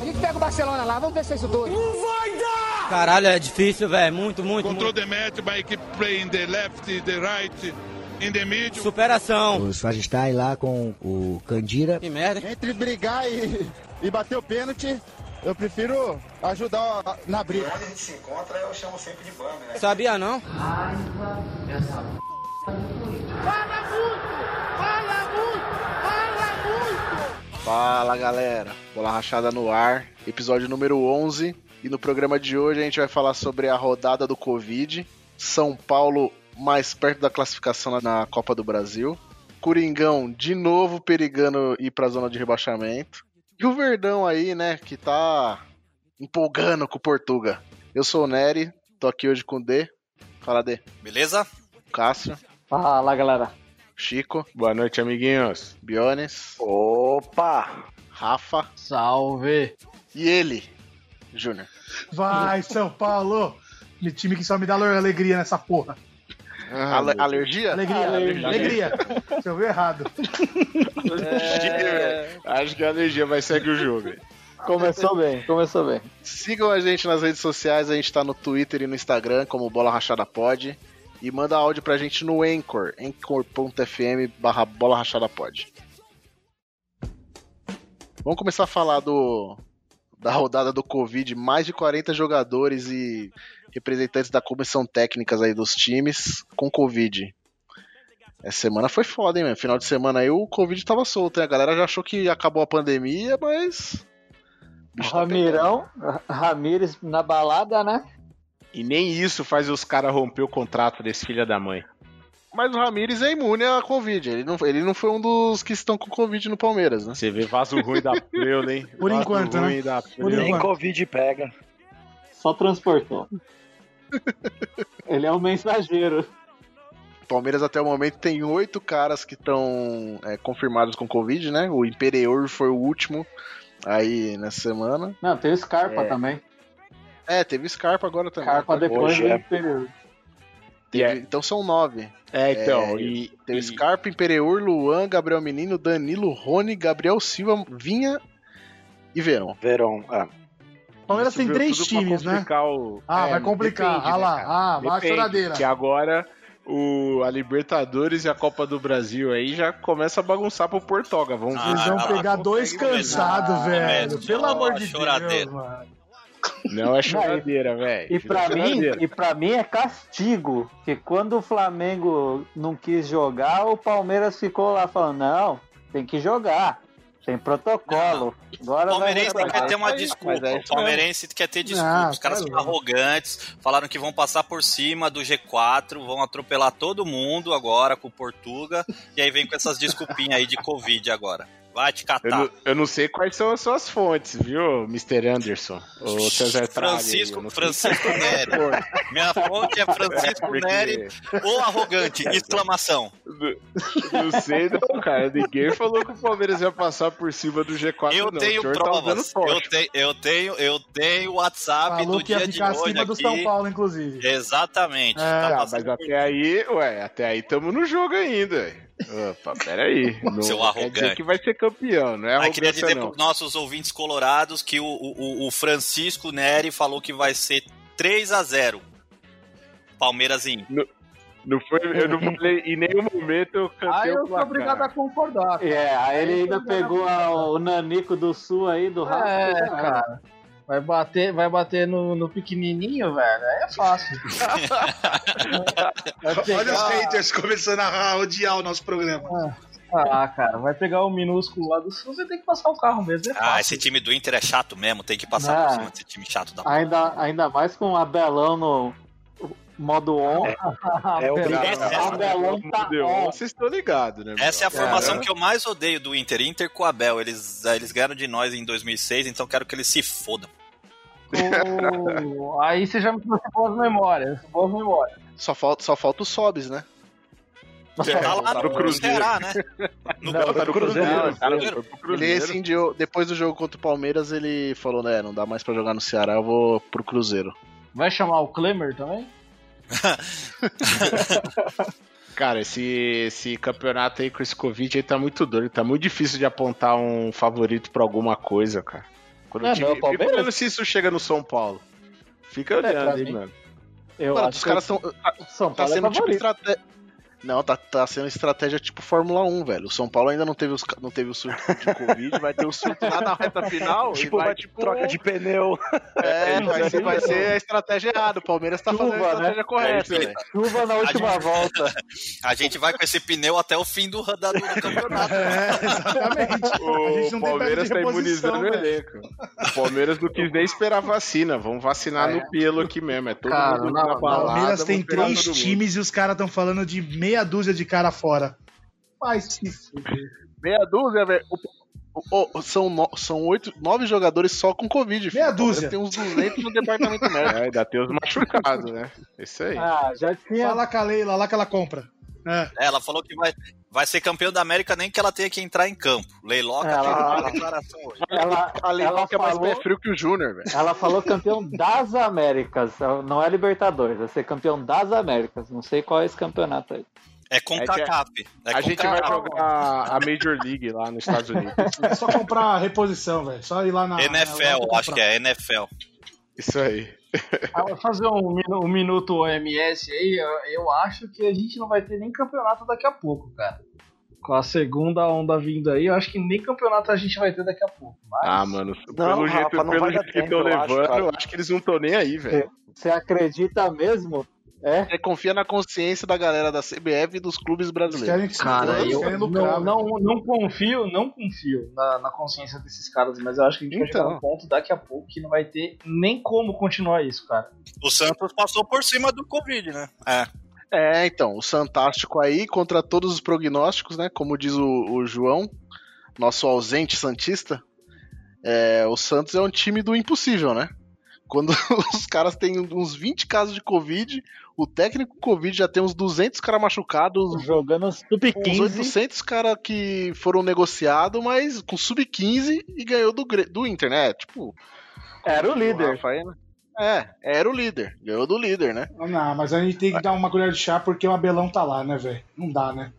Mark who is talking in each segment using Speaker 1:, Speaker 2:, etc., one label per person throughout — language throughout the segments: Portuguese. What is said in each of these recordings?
Speaker 1: A gente pega o Barcelona lá, vamos vencer isso tudo.
Speaker 2: Caralho, é difícil, velho. Muito, muito,
Speaker 3: Control
Speaker 2: muito.
Speaker 3: the match by keep playing the left, the right, in the middle.
Speaker 2: Superação.
Speaker 4: O Sagistai tá lá com o Candira.
Speaker 2: Que merda, hein?
Speaker 5: Entre brigar e, e bater o pênalti, eu prefiro ajudar a- na briga.
Speaker 6: Quando a gente se encontra, eu chamo sempre de banda, né?
Speaker 2: Sabia não?
Speaker 7: Fala galera, Bola Rachada no ar, episódio número 11. E no programa de hoje a gente vai falar sobre a rodada do Covid, São Paulo mais perto da classificação na Copa do Brasil, Coringão de novo perigando ir pra zona de rebaixamento, e o Verdão aí, né, que tá empolgando com o Portuga. Eu sou o Nery, tô aqui hoje com o D, fala D,
Speaker 8: Beleza?
Speaker 7: Cássio,
Speaker 9: Fala, galera.
Speaker 7: Chico,
Speaker 10: Boa noite, amiguinhos.
Speaker 7: Biones,
Speaker 8: Opa!
Speaker 7: Rafa
Speaker 9: Salve.
Speaker 7: e ele, Júnior.
Speaker 10: Vai, São Paulo! Me- Time que só me dá alegria nessa porra.
Speaker 7: Ale- alergia?
Speaker 10: Alegria, alegria. Se eu ver errado.
Speaker 8: Acho
Speaker 7: é
Speaker 8: que a alergia vai seguir o jogo.
Speaker 9: Começou bem, começou bem.
Speaker 7: Sigam a gente nas redes sociais, a gente tá no Twitter e no Instagram como Bola Rachada Pod. E manda áudio pra gente no Anchor, anchor.fm barra Bola Rachada Pod. Vamos começar a falar do da rodada do Covid, mais de 40 jogadores e representantes da comissão técnicas aí dos times com Covid. Essa semana foi foda, hein, mano? Final de semana aí o Covid tava solto, hein? A galera já achou que acabou a pandemia, mas... o bicho tá
Speaker 9: Ramirão, Ramires na balada, né?
Speaker 10: E nem isso faz os caras romper o contrato desse filho da mãe.
Speaker 7: Mas o Ramires é imune à Covid. Ele não, ele não foi um dos que estão com Covid no Palmeiras, né?
Speaker 10: Você vê vaso ruim da preula, hein?
Speaker 5: Por
Speaker 10: Vaso
Speaker 5: enquanto, né?
Speaker 10: ruim da
Speaker 5: Por
Speaker 10: preula.
Speaker 5: enquanto.
Speaker 8: Covid pega.
Speaker 9: Só transportou. Ele é um mensageiro.
Speaker 7: O Palmeiras até o momento tem oito caras que estão é, confirmados com Covid, né? O Imperior foi o último aí nessa semana.
Speaker 9: Não, tem o Scarpa também.
Speaker 7: É, teve Scarpa agora
Speaker 10: Então,
Speaker 7: também.
Speaker 9: Scarpa depois
Speaker 8: Hoje
Speaker 9: do
Speaker 8: é.
Speaker 9: interior.
Speaker 7: Teve-
Speaker 10: Yeah.
Speaker 7: Então são nove.
Speaker 10: É, então,
Speaker 7: É,
Speaker 10: e,
Speaker 7: Teve
Speaker 10: e-
Speaker 7: Scarpa, Imperior, Luan, Gabriel Menino, Danilo, Rony, Gabriel Silva, Vinha e Verão.
Speaker 8: Verão. Ah,
Speaker 10: isso veio tudo pra
Speaker 4: né?
Speaker 10: complicar o-
Speaker 5: Ah,
Speaker 10: É,
Speaker 5: vai complicar.
Speaker 10: depende,
Speaker 5: ah
Speaker 10: né,
Speaker 5: lá,
Speaker 10: cara?
Speaker 5: ah, vai a
Speaker 10: Depende,
Speaker 5: choradeira.
Speaker 10: Que agora o, a Libertadores e a Copa do Brasil aí já começa a bagunçar pro Portoga. Vamos ver.
Speaker 5: Eles
Speaker 8: Ah,
Speaker 5: vão
Speaker 8: lá,
Speaker 5: pegar
Speaker 8: consegue
Speaker 5: dois cansados,
Speaker 8: começar,
Speaker 5: velho.
Speaker 8: começa,
Speaker 5: Pelo
Speaker 8: ó,
Speaker 5: amor de
Speaker 8: choradeira.
Speaker 5: Deus, mano.
Speaker 10: Não é choradeira, velho.
Speaker 9: E pra, mim,
Speaker 10: Choradeira.
Speaker 9: e pra mim é castigo. Que quando o Flamengo não quis jogar, o Palmeiras ficou lá falando: não, tem que jogar. Tem protocolo.
Speaker 8: o
Speaker 9: Agora
Speaker 8: Palmeirense
Speaker 9: vai
Speaker 8: quer
Speaker 9: jogar.
Speaker 8: ter uma
Speaker 7: Mas é
Speaker 8: desculpa.
Speaker 7: isso
Speaker 8: O Palmeirense quer ter desculpa.
Speaker 5: Não,
Speaker 8: Os caras
Speaker 5: tá
Speaker 8: são arrogantes, falaram que vão passar por cima do G4, vão atropelar todo mundo agora com o Portuga. E aí vem com essas desculpinhas aí de Covid agora. Vai te
Speaker 10: Eu,
Speaker 8: catar.
Speaker 10: não, eu não sei quais são as suas fontes, viu, Mr. Anderson? Ô, César Tralli, eu
Speaker 8: Francisco,
Speaker 10: não sei.
Speaker 8: Francisco Neri. Minha fonte é Francisco
Speaker 10: Porque-
Speaker 8: Neri ou arrogante, exclamação.
Speaker 10: Não sei, não, cara. Ninguém falou que o Palmeiras ia passar por cima do G4.
Speaker 8: Eu
Speaker 10: não.
Speaker 8: tenho
Speaker 10: o senhor tá usando
Speaker 8: provas. eu,
Speaker 10: forte.
Speaker 8: te, eu tenho, eu tenho o WhatsApp
Speaker 5: Falou
Speaker 8: do
Speaker 5: que ia
Speaker 8: dia de
Speaker 5: ficar
Speaker 8: hoje
Speaker 5: acima
Speaker 8: aqui.
Speaker 5: do São Paulo, inclusive.
Speaker 8: Exatamente.
Speaker 10: Ah,
Speaker 8: Tá
Speaker 10: mas
Speaker 8: passando por-
Speaker 10: até aí, ué, até aí tamo no jogo ainda. ué. Opa, peraí. Não
Speaker 8: Seu
Speaker 10: Quer
Speaker 8: arrogante.
Speaker 10: dizer que vai ser campeão, não é
Speaker 8: Mas queria
Speaker 10: arrogância,
Speaker 8: dizer para
Speaker 10: não.
Speaker 8: os nossos ouvintes colorados que o, o- o Francisco Neri falou que vai ser 3 a 0 Palmeiras em.
Speaker 10: não foi, eu não falei, em nenhum momento eu cantei
Speaker 5: Ah,
Speaker 4: Aí
Speaker 10: o
Speaker 4: Ah, eu sou
Speaker 10: placar.
Speaker 4: obrigado a concordar.
Speaker 9: É, aí ele ainda pegou a- o Nanico do Sul aí, do Rafa.
Speaker 4: É, cara. Vai bater, vai bater no, no pequenininho, velho. Aí é fácil. Vai
Speaker 6: Olha os
Speaker 4: pegar-
Speaker 6: haters começando a odiar o nosso programa.
Speaker 4: Ah, cara, vai pegar o minúsculo lá do sul, você tem que passar o carro mesmo. É
Speaker 8: Ah,
Speaker 4: fácil.
Speaker 8: esse time do Inter é chato mesmo, tem que passar por
Speaker 9: Ah.
Speaker 8: cima desse time chato da
Speaker 9: Ainda, ainda mais com o Abelão no modo on.
Speaker 4: é o
Speaker 9: o Abelão tá
Speaker 10: Deu,
Speaker 9: on.
Speaker 10: Vocês estão ligados, né?
Speaker 8: Essa é a
Speaker 10: meu?
Speaker 8: formação
Speaker 10: Cara,
Speaker 8: que eu mais odeio do Inter. Inter com Abel. Eles, eh, eles ganharam de nós em 2006, então quero que eles se fodam.
Speaker 4: Ô, Aí você já me trouxe boas memórias. Boas memórias.
Speaker 7: Só falta, só falta o Sobs, né?
Speaker 8: Tá lá
Speaker 10: pro
Speaker 8: no
Speaker 10: Cruzeiro.
Speaker 8: Ceará, né? No
Speaker 10: Não, tá no Cruzeiro.
Speaker 8: Cruzeiro.
Speaker 10: tá no- pro
Speaker 7: Ele
Speaker 10: Cruzeiro.
Speaker 7: rescindiu, depois do jogo contra o Palmeiras, ele falou, né, não dá mais pra jogar no Ceará, eu vou pro Cruzeiro.
Speaker 4: Vai chamar o Klemer também?
Speaker 10: Cara, esse, esse campeonato aí com esse Covid aí tá muito doido. Tá muito difícil de apontar um favorito pra alguma coisa, cara. Quando
Speaker 4: Ah,
Speaker 10: eu tive-
Speaker 4: não, o
Speaker 10: Fica
Speaker 4: Palmeiras-
Speaker 10: olhando se isso chega no São Paulo.
Speaker 9: É,
Speaker 10: Fica
Speaker 4: pra
Speaker 10: olhando, hein,
Speaker 4: mim,
Speaker 10: mano.
Speaker 4: Eu
Speaker 7: Mano,
Speaker 4: acho
Speaker 7: os
Speaker 10: é
Speaker 7: caras
Speaker 4: que
Speaker 7: são.
Speaker 4: o São
Speaker 7: Tá
Speaker 4: Paulo
Speaker 7: sendo
Speaker 4: é
Speaker 7: tipo
Speaker 4: favorito.
Speaker 7: estratégia. Não, tá, tá sendo estratégia tipo Fórmula 1, velho. O São Paulo ainda não teve, os, ca- não teve o surto de Covid, vai ter o surto lá na reta final.
Speaker 10: Tipo,
Speaker 7: e vai,
Speaker 10: vai
Speaker 7: tipo,
Speaker 10: troca de pneu.
Speaker 7: É, vai ser, vai ser a estratégia errada. O Palmeiras tá fazendo
Speaker 4: Chuva,
Speaker 7: a estratégia
Speaker 5: né?
Speaker 7: correta,
Speaker 8: É isso aí.
Speaker 7: velho.
Speaker 4: Chuva na última
Speaker 8: gente-
Speaker 4: volta.
Speaker 8: A gente vai com esse pneu até o fim do, da, do campeonato.
Speaker 5: É, exatamente. A gente
Speaker 10: O
Speaker 5: não tem
Speaker 10: Palmeiras
Speaker 5: peça
Speaker 10: tá
Speaker 5: de reposição,
Speaker 10: imunizando o
Speaker 5: velho.
Speaker 10: elenco. O Palmeiras não quis nem esperar a vacina. Vamos vacinar no pelo aqui mesmo. É todo
Speaker 4: Cara,
Speaker 10: mundo
Speaker 4: na-
Speaker 10: na
Speaker 4: na
Speaker 10: balada.
Speaker 5: Palmeiras tem
Speaker 10: vamos pegar
Speaker 5: três
Speaker 10: todo mundo.
Speaker 5: times e os caras estão falando de meia dúzia de cara fora.
Speaker 4: Mas que fuder.
Speaker 7: Meia dúzia, velho. O- o- o- são, no- são oito, nove jogadores só com Covid. filho.
Speaker 5: Meia dúzia.
Speaker 7: Tem uns 200 no departamento médico.
Speaker 10: É, ainda tem os machucados, né? Isso aí.
Speaker 9: Ah, já tinha.
Speaker 5: Fala com a Leila lá que ela compra. É.
Speaker 8: É, Ela falou que vai, vai ser campeão da América nem que ela tenha que entrar em campo. Leiloca
Speaker 9: Ela-
Speaker 8: teve uma declaração hoje.
Speaker 9: Ela,
Speaker 7: Ah. A
Speaker 9: ela,
Speaker 7: Leiloca é mais
Speaker 9: falou,
Speaker 7: pé frio que o Júnior, velho.
Speaker 9: ela falou campeão das Américas. Não é Libertadores, vai ser campeão das Américas. Não sei qual é esse campeonato aí.
Speaker 8: É com
Speaker 10: É que-
Speaker 8: CACAP. É
Speaker 10: a
Speaker 8: com
Speaker 10: gente vai jogar a Major League lá nos Estados Unidos.
Speaker 5: É só comprar a reposição, velho. Só ir lá
Speaker 11: É
Speaker 5: na.
Speaker 8: NFL, acho que é NFL.
Speaker 10: Isso aí.
Speaker 4: Ah, vou fazer um, minu- um minuto OMS aí, eu, eu acho que a gente não vai ter nem campeonato daqui a pouco, cara. Com a segunda onda vindo aí, eu acho que nem campeonato a gente vai ter daqui a pouco. Mas...
Speaker 10: Ah, mano, pelo
Speaker 9: Rafa,
Speaker 10: jeito,
Speaker 9: não
Speaker 10: pelo
Speaker 9: vai
Speaker 10: jeito
Speaker 9: dar
Speaker 10: que
Speaker 9: tempo,
Speaker 10: estão
Speaker 9: eu acho,
Speaker 10: levando,
Speaker 9: cara.
Speaker 10: eu acho que eles não estão nem aí, velho.
Speaker 9: Você acredita mesmo? É?
Speaker 7: É, confia na consciência da galera da CBF e dos clubes
Speaker 5: Eles
Speaker 7: brasileiros.
Speaker 5: querem que se
Speaker 4: Cara,
Speaker 11: Tá
Speaker 5: foda, eles
Speaker 4: eu
Speaker 5: querem
Speaker 4: não,
Speaker 5: lucrar. velho.
Speaker 4: não, não confio, não confio na, na consciência desses caras, mas eu acho que a gente vai chegar
Speaker 7: Então.
Speaker 4: num ponto daqui a pouco que não vai ter nem como continuar isso, cara.
Speaker 8: O Santos passou por cima do Covid, né? É.
Speaker 7: É, então, o Santástico aí contra todos os prognósticos, né? Como diz o, o João, nosso ausente Santista. é, o Santos é um time do impossível, né? Quando os caras têm uns 20 casos de Covid, o técnico com Covid já tem uns 200 caras machucados,
Speaker 9: Jogando
Speaker 7: uns
Speaker 9: sub-15.
Speaker 7: 800 caras que foram negociados, mas com sub-15 e ganhou do, Gre- do Inter, né? Tipo,
Speaker 9: Era o
Speaker 7: o
Speaker 9: líder.
Speaker 7: Rafa aí, né? É, era o líder, ganhou do líder, né?
Speaker 5: Não, mas a gente tem que dar uma colher de chá porque o Abelão tá lá, né, velho? Não dá, né?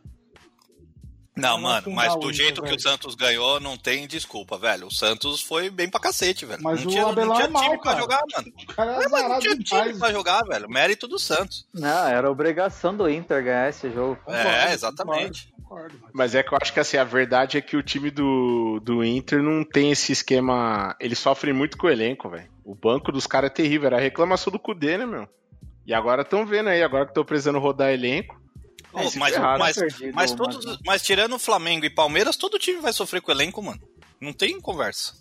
Speaker 8: Não,
Speaker 5: Vamos
Speaker 8: mano,
Speaker 5: afundar
Speaker 8: mas
Speaker 5: é o
Speaker 8: do
Speaker 5: Inter,
Speaker 8: jeito que
Speaker 5: velho.
Speaker 8: o Santos ganhou, não tem desculpa, velho. O Santos foi bem pra cacete, velho.
Speaker 5: Mas
Speaker 8: não
Speaker 5: o
Speaker 8: tinha, não
Speaker 5: Abelão
Speaker 8: tinha
Speaker 5: é mau,
Speaker 8: time pra
Speaker 5: cara.
Speaker 8: jogar, mano.
Speaker 5: O cara é
Speaker 8: Mas, mano, não
Speaker 5: azarado
Speaker 8: tinha time
Speaker 5: demais.
Speaker 8: pra jogar, velho. Mérito do Santos.
Speaker 9: Não, era obrigação do Inter ganhar esse jogo.
Speaker 8: é, exatamente.
Speaker 5: Concordo, mano.
Speaker 10: Mas é que eu acho que assim, a verdade é que o time do, do Inter não tem esse esquema. Eles sofrem muito com o elenco, velho. O banco dos caras é terrível. Era a reclamação do Cudê, né, meu? E agora estão vendo aí, agora que estão precisando rodar elenco.
Speaker 8: Pô,
Speaker 10: isso
Speaker 8: mas,
Speaker 10: é errado,
Speaker 8: mas,
Speaker 9: perdido,
Speaker 8: mas,
Speaker 9: mano.
Speaker 8: todos, mas tirando o Flamengo e Palmeiras, todo time vai sofrer com o elenco, mano. Não tem conversa.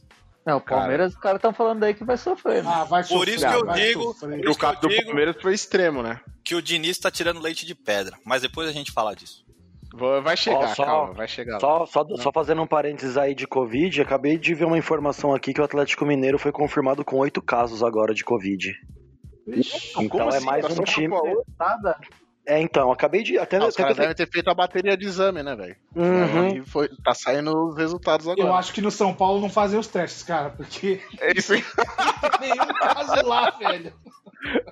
Speaker 9: Não, o Palmeiras, os caras estão falando aí que vai sofrer, né?
Speaker 5: Ah, vai
Speaker 8: Por isso
Speaker 5: sofrer,
Speaker 8: que eu
Speaker 5: vai
Speaker 8: digo-
Speaker 5: sofrer.
Speaker 10: E o caso do
Speaker 8: eu digo-
Speaker 10: Palmeiras foi extremo, né?
Speaker 8: Que o Diniz tá tirando leite de pedra. Mas depois a gente fala disso.
Speaker 10: Vai vai chegar,
Speaker 12: Ó, só-
Speaker 10: calma, vai chegar. lá.
Speaker 12: Só, só, só fazendo um parênteses aí de Covid, acabei de ver uma informação aqui que o Atlético Mineiro foi confirmado com oito casos agora de Covid. então
Speaker 7: assim?
Speaker 12: é
Speaker 7: Tá
Speaker 12: mais
Speaker 10: Passou
Speaker 12: um time.
Speaker 10: pra outra?
Speaker 4: Nada.
Speaker 12: É, então, acabei de. Até,
Speaker 7: Ah, os
Speaker 12: até
Speaker 7: caras
Speaker 12: peguei-
Speaker 7: devem ter feito a bateria de exame, né, velho?
Speaker 12: Uhum.
Speaker 7: E foi, tá saindo os resultados agora.
Speaker 5: Eu acho que no São Paulo não fazer os testes, cara, porque
Speaker 10: É isso aí.
Speaker 5: nenhum caso lá, velho.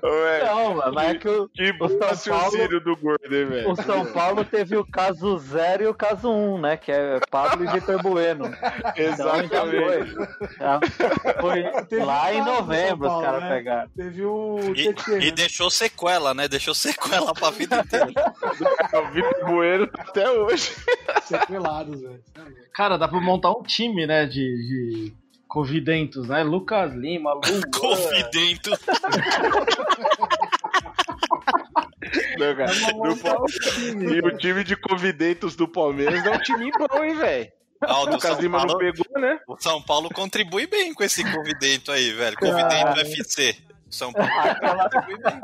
Speaker 10: Ué,
Speaker 9: Não, mano, mas é que o,
Speaker 10: que
Speaker 9: o
Speaker 10: bom
Speaker 9: São Paulo-
Speaker 10: raciocínio do gordo, hein, velho?
Speaker 9: o São Paulo teve o caso 0 e o caso 1, um, né? Que é Pablo e Vitor Bueno. Então, ainda
Speaker 10: Exatamente.
Speaker 9: Foi, foi
Speaker 5: Teve
Speaker 9: lá
Speaker 5: um
Speaker 9: em
Speaker 5: caso no
Speaker 9: novembro
Speaker 5: São
Speaker 9: os caras
Speaker 5: Paulo, né?
Speaker 9: pegaram.
Speaker 5: Teve o
Speaker 8: E,
Speaker 5: Tietê,
Speaker 8: e
Speaker 10: é?
Speaker 5: né?
Speaker 8: deixou sequela, né? Deixou sequela pra vida inteira.
Speaker 9: então,
Speaker 10: O Vitor Bueno tá até hoje.
Speaker 5: sequelados, né, velho.
Speaker 4: Cara, dá pra montar um time, né, de, de covidentos, né? Lucas Lima, Luan,
Speaker 8: Confidento.
Speaker 10: Não, cara. Do Paulo- E o time de convidentos do Palmeiras é um time bom, hein, velho?
Speaker 8: Ah, o do
Speaker 10: O
Speaker 8: São
Speaker 10: Casima não
Speaker 8: Paulo,
Speaker 10: pegou, né?
Speaker 8: o São Paulo contribui bem com esse convidento aí, velho.
Speaker 10: Ah.
Speaker 8: Convidento UFC. São Paulo contribui bem.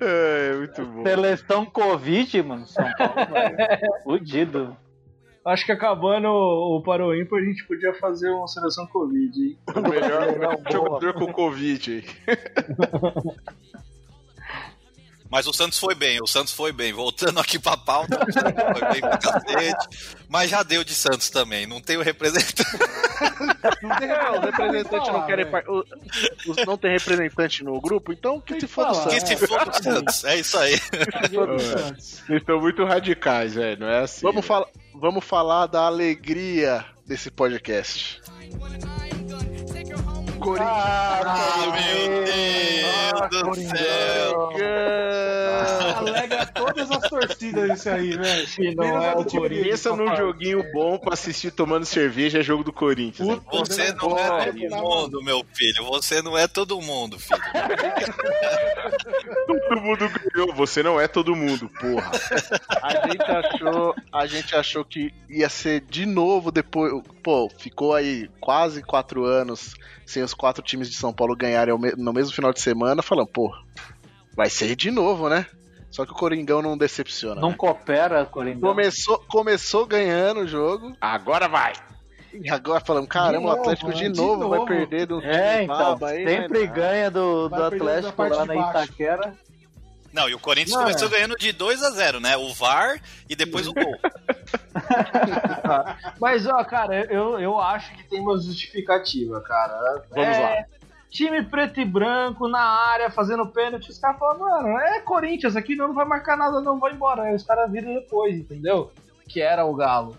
Speaker 10: É, muito bom.
Speaker 9: Seleção Covid, mano. São Paulo, velho. Fudido.
Speaker 4: Acho que acabando o Parou Ímpar, a gente podia fazer uma seleção Covid, hein?
Speaker 10: O melhor, o melhor jogador com Covid aí.
Speaker 8: Mas o Santos foi bem, o Santos foi bem. Voltando aqui pra pauta, o Santos foi bem pra cacete. Mas já deu de Santos também. Não tem o representante.
Speaker 5: Não tem
Speaker 7: Os representantes não querem
Speaker 5: participar.
Speaker 7: par- o- os não tem representante no grupo, então que
Speaker 5: Tem
Speaker 7: se
Speaker 5: que
Speaker 7: foda.
Speaker 5: falar.
Speaker 8: Que se for do Santos. É isso aí.
Speaker 10: Vocês estão muito radicais, velho. Não é assim.
Speaker 7: Vamos, fala- vamos falar da alegria desse podcast.
Speaker 1: One eye
Speaker 7: Corinthians. Ah, meu
Speaker 8: Deus do céu.
Speaker 4: Alega todas as torcidas isso aí, velho.
Speaker 10: Se não é o Corinthians. Pensa num joguinho bom pra assistir tomando cerveja, é jogo do Corinthians. né?
Speaker 8: Você não é todo mundo, meu filho. Você não é todo mundo, filho.
Speaker 10: Todo mundo ganhou, você não é todo mundo, porra.
Speaker 7: A gente achou, a gente achou que ia ser de novo depois. Pô, ficou aí quase quatro anos sem os quatro times de São Paulo ganharem ao me- no mesmo final de semana, falando, pô, vai ser de novo, né? Só que o Coringão não decepciona.
Speaker 9: Não
Speaker 7: né?
Speaker 9: coopera, Coringão.
Speaker 7: Começou, começou ganhando o jogo.
Speaker 10: Agora vai!
Speaker 7: E agora falamos, caramba, o
Speaker 9: novo,
Speaker 7: Atlético de,
Speaker 9: de
Speaker 7: novo, vai
Speaker 9: novo.
Speaker 7: perder um do
Speaker 9: É, então, sempre ganha do,
Speaker 7: né? Vai perdendo da
Speaker 9: do Atlético
Speaker 7: parte
Speaker 9: lá
Speaker 7: de
Speaker 9: na
Speaker 7: baixo.
Speaker 9: Itaquera.
Speaker 8: Não, e o Corinthians
Speaker 9: Não,
Speaker 8: começou
Speaker 9: é.
Speaker 8: ganhando de 2 a 0 né? O VAR e depois o gol.
Speaker 4: Mas, ó, cara, eu, eu acho que tem uma justificativa, cara.
Speaker 8: Vamos
Speaker 4: lá. Time preto e branco na área, fazendo pênalti, os caras falam, mano, é Corinthians, aqui não, não vai marcar nada, não, vai embora. Aí os caras viram depois, entendeu? Que era o Galo.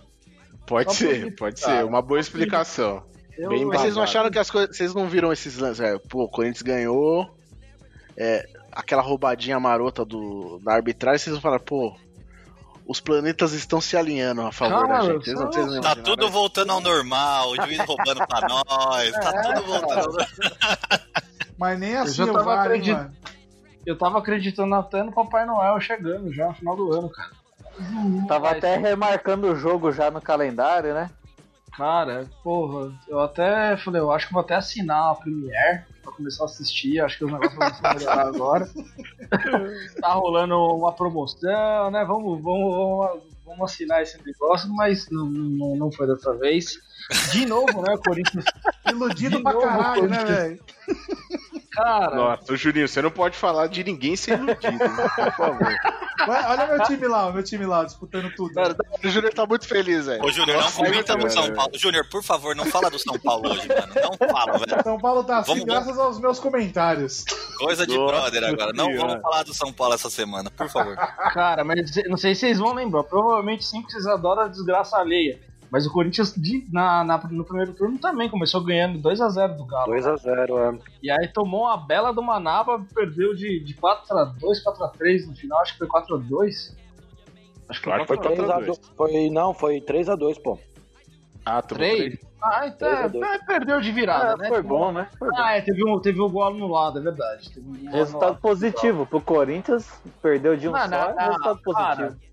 Speaker 10: Pode
Speaker 4: Só
Speaker 10: ser,
Speaker 4: porque-
Speaker 10: pode
Speaker 4: cara,
Speaker 10: ser. Uma boa explicação.
Speaker 4: Eu-
Speaker 10: Bem
Speaker 7: Mas vocês não
Speaker 10: embasado.
Speaker 7: acharam que as coisas. Vocês não viram esses lances? é, pô, o Corinthians ganhou. é, aquela roubadinha marota do, da arbitragem, vocês vão falar, pô, os planetas estão se alinhando a favor da gente. Vocês não, vocês não
Speaker 8: Tá
Speaker 7: imaginaram.
Speaker 8: tudo voltando ao normal, o juiz roubando pra nós,
Speaker 4: É.
Speaker 8: tá tudo voltando.
Speaker 11: Mas nem assim
Speaker 4: já
Speaker 11: eu,
Speaker 4: tava
Speaker 11: vale,
Speaker 4: acredit-
Speaker 11: mano.
Speaker 4: Eu tava acreditando até no Papai Noel chegando já no final do ano, cara.
Speaker 9: Tava até remarcando o jogo já no calendário, né?
Speaker 4: Cara, porra, eu até falei, eu acho que eu vou até assinar a Premiere pra começar a assistir, acho que o negócio vai começar a melhorar agora. tá rolando uma promoção, né? Vamos, vamos, vamos, vamos assinar esse negócio, mas não, não, não foi dessa vez. De novo, né, Corinthians?
Speaker 11: Iludido
Speaker 4: De
Speaker 11: pra
Speaker 4: novo,
Speaker 11: caralho, né,
Speaker 4: Corinthians.
Speaker 11: velho?
Speaker 4: Cara,
Speaker 10: Nossa, Juninho, você não pode falar de ninguém sem iludido, né? por favor.
Speaker 11: Ué, Olha meu time lá, o meu time lá, disputando tudo.
Speaker 7: O Júnior tá muito feliz, velho.
Speaker 8: Ô, Júnior, não
Speaker 7: Nossa,
Speaker 8: comenta do
Speaker 7: cara,
Speaker 8: São
Speaker 7: velho.
Speaker 8: Paulo. Júnior, por favor, não fala do São Paulo hoje, mano. Não fala, velho.
Speaker 11: São Paulo tá assim
Speaker 8: Vamos-
Speaker 11: graças aos meus comentários.
Speaker 8: Coisa de
Speaker 10: Nossa
Speaker 8: brother agora. Não
Speaker 10: Senhora.
Speaker 8: vamos falar do São Paulo essa semana, por favor.
Speaker 4: Cara, mas não sei se vocês vão lembrar. Provavelmente sim, que vocês adoram a desgraça alheia. Mas o Corinthians de- na, na- no primeiro turno também começou ganhando 2x0 do Galo.
Speaker 12: 2x0, é.
Speaker 4: E aí tomou uma bela do Manaba, perdeu de, de 4x2, 4x3 no final, acho que foi 4x2. Acho
Speaker 10: Claro que foi 4 a 2.
Speaker 12: Foi, não, foi 3x2, pô.
Speaker 10: Ah, tu
Speaker 4: 3? Ah, então
Speaker 12: Três a
Speaker 4: é,
Speaker 12: dois.
Speaker 4: é, perdeu de virada,
Speaker 9: É,
Speaker 4: né?
Speaker 9: foi bom, né? Foi
Speaker 4: ah, é, teve um, teve um gol anulado, é verdade. Teve um gol
Speaker 9: Resultado
Speaker 4: anulado.
Speaker 9: positivo. Pro Corinthians, perdeu de um
Speaker 4: Não,
Speaker 9: só,
Speaker 4: não, não,
Speaker 9: resultado
Speaker 4: ah, cara.
Speaker 9: positivo.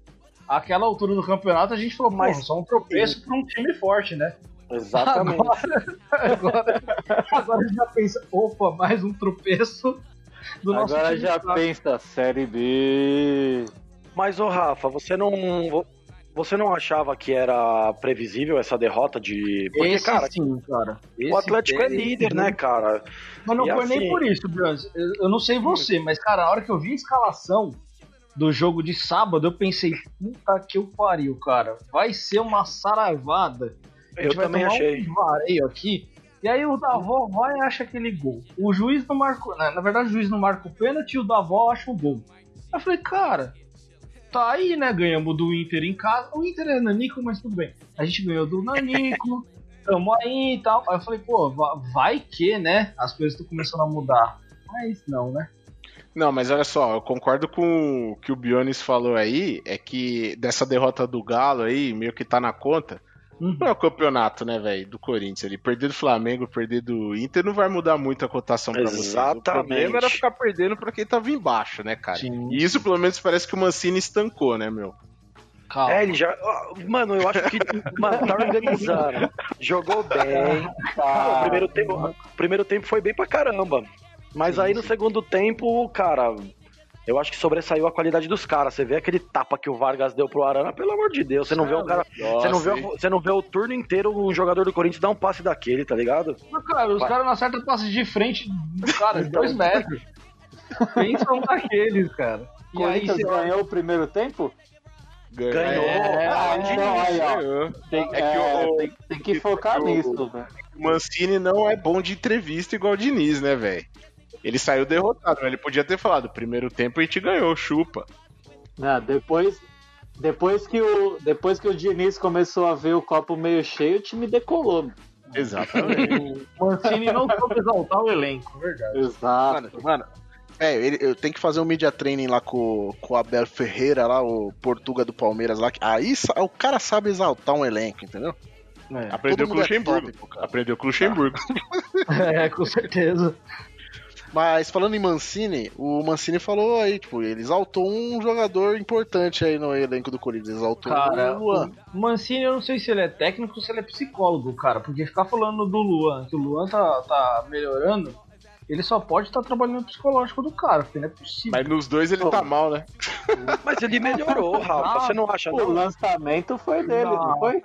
Speaker 4: Aquela altura do campeonato a gente falou, mas
Speaker 12: Mas-
Speaker 4: só um tropeço pra um time forte, né? Ah,
Speaker 12: Exatamente.
Speaker 4: Agora, agora já pensa, opa, mais um tropeço do nosso
Speaker 9: Agora
Speaker 4: time. tá-
Speaker 9: já pensa, Série B.
Speaker 12: Mas, ô Rafa, você não. Você não achava que era previsível essa derrota de. Porque,
Speaker 4: Esse
Speaker 12: cara,
Speaker 4: sim, cara. Esse
Speaker 12: o Atlético é
Speaker 4: tem-
Speaker 12: líder, né, cara?
Speaker 4: Mas não
Speaker 12: E
Speaker 4: foi nem
Speaker 12: assim-
Speaker 4: por isso, Brans. Eu, eu não sei você, mas, cara, a hora que eu vi a escalação do jogo de sábado, eu pensei, puta que eu pariu, cara. Vai ser uma saravada. A gente
Speaker 12: Eu
Speaker 4: vai
Speaker 12: também
Speaker 4: tomar
Speaker 12: achei.
Speaker 4: Um vareio aqui. E aí o Davó vai e acha aquele gol. O juiz não marcou. né, Na verdade, o juiz não marca o pênalti e o Davó acha o gol. Aí eu falei, cara, tá aí, né? Ganhamos do Inter em casa. O Inter é Nanico, mas tudo bem. A gente ganhou do Nanico, tamo aí e tal. Aí eu falei, pô, va- vai que, né? As coisas estão começando a mudar. Mas não, né?
Speaker 10: Não, mas olha só, eu concordo com o que o Bionis falou aí, é que dessa derrota do Galo aí, meio que tá na conta.
Speaker 4: Uhum.
Speaker 10: Não é o campeonato, né, velho, do Corinthians. Ele perder do Flamengo, perder do Inter, não vai mudar muito a cotação pra vocês. O problema
Speaker 12: Exatamente.
Speaker 10: era ficar perdendo pra quem tava embaixo, né, cara?
Speaker 4: Sim.
Speaker 10: E isso, pelo menos, parece que o Mancini estancou, né, meu?
Speaker 4: Calma.
Speaker 12: É, ele já. ah, Mano, eu acho que. Mano, tá organizando. Jogou bem. tá. Pô, Ah, o primeiro, tempo, o primeiro tempo foi bem pra caramba. Mas aí no segundo tempo, cara. Eu acho que sobressaiu a qualidade dos caras. Você vê aquele tapa que o Vargas deu pro Arana, pelo amor de Deus. Você não vê o cara.
Speaker 10: Nossa,
Speaker 12: você, não vê,
Speaker 10: hein?
Speaker 12: o- você não vê o turno inteiro um jogador do Corinthians dar um passe daquele, tá ligado?
Speaker 4: Mas, cara, os caras não acertam passe de frente, cara, de dois metros. Pensam naqueles, cara. é E aí,
Speaker 9: Corinthians
Speaker 4: sei lá,
Speaker 9: ganhou o primeiro tempo?
Speaker 12: Ganhou.
Speaker 9: É,
Speaker 12: Ah,
Speaker 9: então, aí, ó.
Speaker 10: Ganhou.
Speaker 9: Tem,
Speaker 10: É que
Speaker 9: é,
Speaker 10: o-
Speaker 9: tem- tem que focar
Speaker 10: o-
Speaker 9: nisso, velho.
Speaker 10: O Mancini não é bom de entrevista igual o Diniz, né, velho? Ele saiu derrotado, mas ele podia ter falado: primeiro tempo a gente ganhou, chupa.
Speaker 9: Não, Né, depois, depois, que o, depois que o Diniz começou a ver o copo meio cheio, o time decolou.
Speaker 10: Exatamente.
Speaker 4: é O Mancini não soube exaltar o elenco, verdade.
Speaker 7: Exato. Mano, mano, é, ele, eu tenho que fazer um media training lá com, com o Abel Ferreira, lá, o Portuga do Palmeiras lá. que- Aí sa- o cara sabe exaltar um elenco, entendeu?
Speaker 10: Aprendeu
Speaker 7: Todo
Speaker 10: com o
Speaker 7: mundo é Tá.
Speaker 10: Luxemburgo. Aprendeu com o Luxemburgo.
Speaker 4: É, com certeza.
Speaker 7: Mas falando em Mancini, o Mancini falou aí, tipo, ele exaltou um jogador importante aí no elenco do Corinthians. Exaltou
Speaker 4: Cara,
Speaker 7: o
Speaker 4: o
Speaker 7: Luan.
Speaker 4: Mancini, eu não sei se ele é técnico ou se ele é psicólogo, cara. Porque ficar falando do Luan, que o Luan tá, tá melhorando, ele só pode estar trabalhando no psicológico do cara, porque não é possível.
Speaker 10: Mas nos dois ele tá mal, né?
Speaker 12: Mas ele melhorou, Rafa. Você não acha,
Speaker 9: O
Speaker 12: não?
Speaker 9: lançamento foi dele, não,
Speaker 4: Não.
Speaker 9: foi?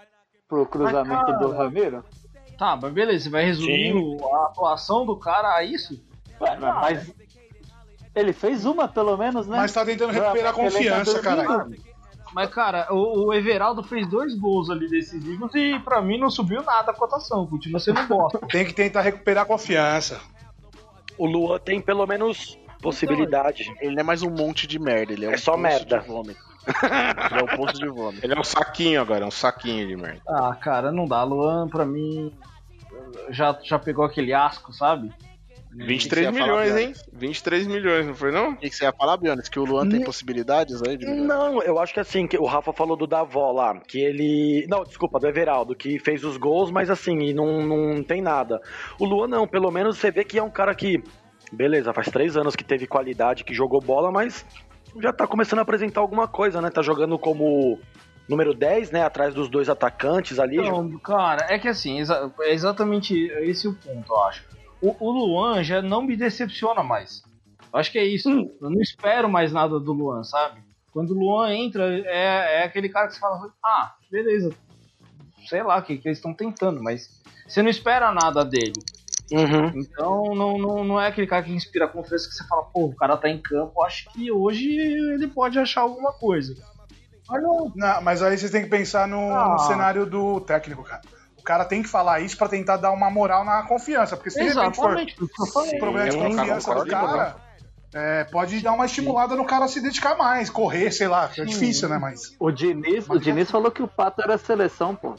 Speaker 9: Pro cruzamento
Speaker 4: Mas, cara,
Speaker 9: do Ramiro?
Speaker 4: Tá, mas beleza, você vai resumir
Speaker 9: Sim.
Speaker 4: o- a atuação do cara a isso?
Speaker 9: Ué, mas ele fez uma pelo menos, né?
Speaker 11: Mas tá tentando recuperar a
Speaker 9: Não, ele tá
Speaker 11: confiança,
Speaker 9: dormindo.
Speaker 11: caralho.
Speaker 4: Mas, cara, o, o Everaldo fez dois gols ali decisivos e pra mim não subiu nada a cotação. Continua sendo bosta.
Speaker 11: Tem que tentar recuperar a confiança.
Speaker 12: O Luan tem pelo menos possibilidade.
Speaker 7: Ele é mais um monte de merda, ele é, um
Speaker 12: É só
Speaker 7: poço
Speaker 12: merda.
Speaker 7: de vômito. Ele é um poço de vômito.
Speaker 10: Ele é um saquinho agora, é um saquinho de merda.
Speaker 4: Ah, cara, não dá. Luan, pra mim, já, já pegou aquele asco, sabe?
Speaker 7: O
Speaker 10: 23
Speaker 7: que que você ia falar,
Speaker 10: milhões, hein?
Speaker 7: Bionis?
Speaker 10: 23 milhões, não foi não?
Speaker 7: O que que você ia falar, Bionis? Que o Luan tem possibilidades aí de melhorar?
Speaker 12: Não, eu acho que assim, que o Rafa falou do Davó lá, que ele. Não, desculpa, do Everaldo, que fez os gols, mas assim, e não, não tem nada. O Luan não, pelo menos você vê que é um cara que. Beleza, faz três anos que teve qualidade, que jogou bola, mas já tá começando a apresentar alguma coisa, né? Tá jogando como número 10, né? Atrás dos dois atacantes ali.
Speaker 4: Não, cara, é que assim, exa- é exatamente esse o ponto, eu acho. O, o Luan já não me decepciona mais. Eu acho que é isso. Eu não espero mais nada do Luan, sabe? Quando o Luan entra, é, é aquele cara que você fala, ah, beleza. Sei lá o que, que eles estão tentando, mas você não espera nada dele. Então não, não, não é aquele cara que inspira confiança que você fala, pô, o cara tá em campo, acho que hoje ele pode achar alguma coisa. Mas não.
Speaker 11: Não, mas aí vocês têm que pensar no,
Speaker 4: Ah.
Speaker 11: no cenário do técnico, cara. O cara tem que falar isso pra tentar dar uma moral na confiança, porque se de repente for um
Speaker 4: Exatamente, por isso que eu falei.
Speaker 11: problema de
Speaker 10: eu não
Speaker 11: confiança do
Speaker 10: concordo,
Speaker 11: cara, é, pode dar uma estimulada no cara se dedicar mais, correr, sei lá, que é difícil, né, mas...
Speaker 9: O Diniz, o Diniz falou que o Pato era seleção, pô.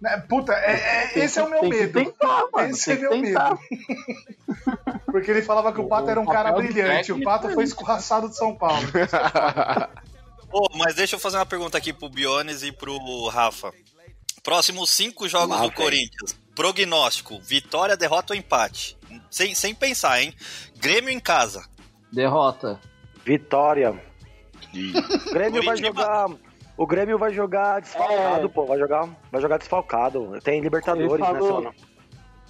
Speaker 11: né, puta, é- é- esse é o meu
Speaker 9: Tem que
Speaker 11: medo.
Speaker 9: tentar, mano,
Speaker 11: esse
Speaker 9: tem
Speaker 11: é
Speaker 9: que
Speaker 11: meu
Speaker 9: tentar.
Speaker 11: medo. Porque ele falava que o Pato era um cara
Speaker 4: papel do
Speaker 11: brilhante, o
Speaker 4: técnico
Speaker 11: Pato
Speaker 4: é
Speaker 11: foi
Speaker 4: isso.
Speaker 11: escorraçado de São Paulo.
Speaker 8: Pô, mas deixa eu fazer uma pergunta aqui pro Biones e pro Rafa. Próximos cinco jogos do Corinthians. Prognóstico: vitória, derrota ou empate? Sem, sem pensar, hein? Grêmio em casa.
Speaker 4: Derrota.
Speaker 12: Vitória. O Grêmio vai
Speaker 8: Curitiba.
Speaker 12: jogar. O Grêmio vai jogar desfalcado,
Speaker 9: É.
Speaker 12: pô. Vai jogar, vai jogar desfalcado. Tem
Speaker 9: Ele
Speaker 12: Libertadores nessa
Speaker 9: falou,
Speaker 12: semana.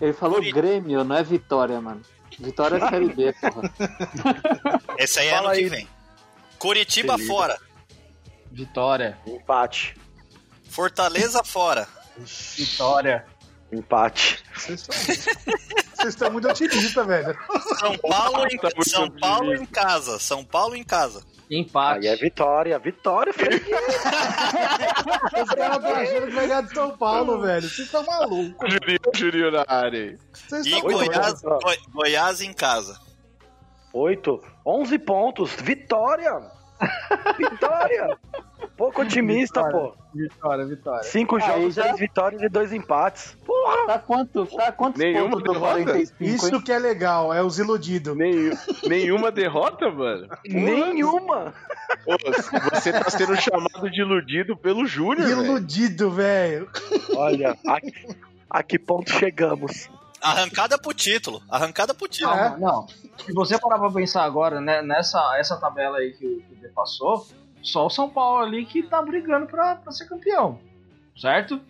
Speaker 9: ele falou Grêmio, não é Vitória, mano. Vitória é Série B, porra.
Speaker 8: Esse aí é ano que vem. Curitiba
Speaker 12: Beleza.
Speaker 8: fora.
Speaker 4: Vitória.
Speaker 12: Empate.
Speaker 8: Fortaleza fora.
Speaker 4: Vitória.
Speaker 12: Empate.
Speaker 11: Vocês são- vocês estão muito otimistas, velho.
Speaker 8: São Paulo em, São Paulo em casa. São Paulo em casa.
Speaker 4: Empate.
Speaker 12: Aí é vitória, vitória, filho.
Speaker 11: Os caras estão tá achando que vai ganhar de São Paulo, velho. Vocês estão malucos.
Speaker 10: Jurinho, Jurinho na área. aí.
Speaker 11: Vocês
Speaker 8: E
Speaker 11: estão
Speaker 8: Goiás, Goi- Goiás em casa.
Speaker 12: Oito. Onze pontos. Vitória! Vitória! Pouco otimista, pô.
Speaker 4: Vitória, vitória.
Speaker 12: Cinco
Speaker 9: Aí
Speaker 12: jogos,
Speaker 9: já-
Speaker 12: três vitórias e dois empates. Porra!
Speaker 9: Tá quanto? Tá quantos
Speaker 10: Nenhuma
Speaker 9: pontos do
Speaker 10: derrota?
Speaker 9: 45,
Speaker 11: Isso
Speaker 9: hein?
Speaker 11: que é legal, é os iludidos.
Speaker 10: Nenhu- nenhuma derrota, mano?
Speaker 12: Nenhuma!
Speaker 10: Ô, você tá sendo chamado de iludido pelo Júnior, velho.
Speaker 11: Iludido, velho.
Speaker 12: Olha, a, a que ponto chegamos?
Speaker 8: Arrancada pro título. Arrancada pro título.
Speaker 11: É.
Speaker 4: Não. Se você parar pra pensar agora, né, nessa essa tabela aí que o que o D passou, só o São Paulo ali que tá brigando pra, pra ser campeão. Certo?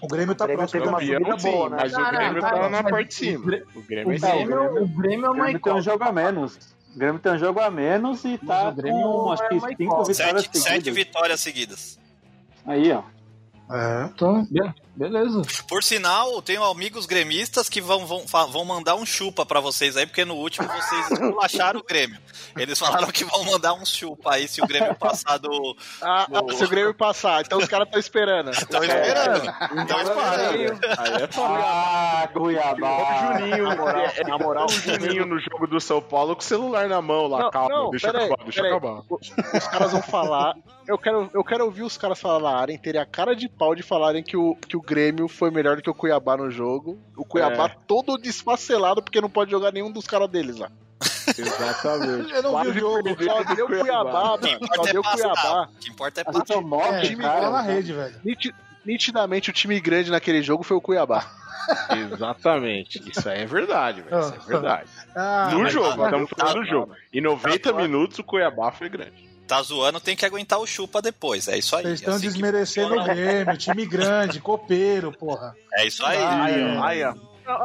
Speaker 11: O Grêmio tá
Speaker 12: O Grêmio
Speaker 10: É
Speaker 11: próximo.
Speaker 12: teve uma
Speaker 10: Campeão,
Speaker 12: subida
Speaker 10: sim,
Speaker 12: boa, né?
Speaker 10: mas o
Speaker 4: Não, não,
Speaker 10: Grêmio
Speaker 4: não,
Speaker 10: tá na
Speaker 4: mas
Speaker 10: parte de
Speaker 4: o
Speaker 10: cima.
Speaker 4: Grê-
Speaker 10: O
Speaker 4: O
Speaker 10: Grêmio é em cima.
Speaker 4: Grêmio, o Grêmio é
Speaker 9: O
Speaker 4: uma
Speaker 9: Grêmio tem um
Speaker 4: incógnita.
Speaker 9: jogo a menos. O Grêmio tem um jogo a menos e tá
Speaker 4: o Grêmio
Speaker 9: com acho
Speaker 4: é
Speaker 9: que
Speaker 4: uma
Speaker 9: cinco
Speaker 4: incógnita.
Speaker 9: Ah, vitórias
Speaker 8: Sete, sete
Speaker 9: seguidas.
Speaker 8: vitórias seguidas.
Speaker 9: Aí, ó.
Speaker 11: É.
Speaker 4: Então, be- beleza.
Speaker 8: Por sinal, eu tenho amigos gremistas que vão, vão, fa- vão mandar um chupa pra vocês aí, porque no último vocês esculacharam o Grêmio. Eles falaram que vão mandar um chupa aí se o Grêmio passar do.
Speaker 7: Ah, ah, se o Grêmio passar, então os caras estão esperando.
Speaker 8: Estão
Speaker 4: É.
Speaker 8: esperando. né? Estão
Speaker 10: Aí,
Speaker 8: esperando.
Speaker 10: aí é foda.
Speaker 9: Ah,
Speaker 13: Ah,
Speaker 9: Cuiabá.
Speaker 10: Juninho, na moral, na moral, o Juninho no jogo do São Paulo com o celular na mão lá.
Speaker 7: Não,
Speaker 10: Calma,
Speaker 7: não,
Speaker 10: deixa
Speaker 7: peraí,
Speaker 10: acabar, deixa
Speaker 7: peraí.
Speaker 10: acabar.
Speaker 7: Os caras vão falar. Eu quero, eu quero ouvir os caras falarem, terem a cara de pau de falarem que o, que o Grêmio foi melhor do que o Cuiabá no jogo. O Cuiabá
Speaker 10: É.
Speaker 7: todo desfacelado porque não pode jogar nenhum dos caras deles lá.
Speaker 10: Exatamente.
Speaker 7: Eu não vi o jogo, só deu Cuiabá, mano. Só deu Cuiabá.
Speaker 8: O que importa é
Speaker 7: O time-
Speaker 11: É,
Speaker 7: o time-
Speaker 11: bola na rede, velho.
Speaker 7: Niti- Nitidamente, o time grande naquele jogo foi o Cuiabá.
Speaker 10: Exatamente. Isso aí é verdade, velho. Isso é verdade.
Speaker 11: Ah,
Speaker 10: no
Speaker 8: mas-
Speaker 10: jogo,
Speaker 8: ah,
Speaker 10: estamos falando do
Speaker 8: ah,
Speaker 10: jogo. Em 90 minutos, o Cuiabá foi grande.
Speaker 8: Tá zoando, tem que aguentar o chupa depois. É isso aí.
Speaker 11: Vocês estão
Speaker 8: Assim que
Speaker 11: desmerecendo o
Speaker 8: funciona.
Speaker 11: Grêmio, time grande, copeiro, porra.
Speaker 8: É isso aí.
Speaker 11: Ah, aí, ó,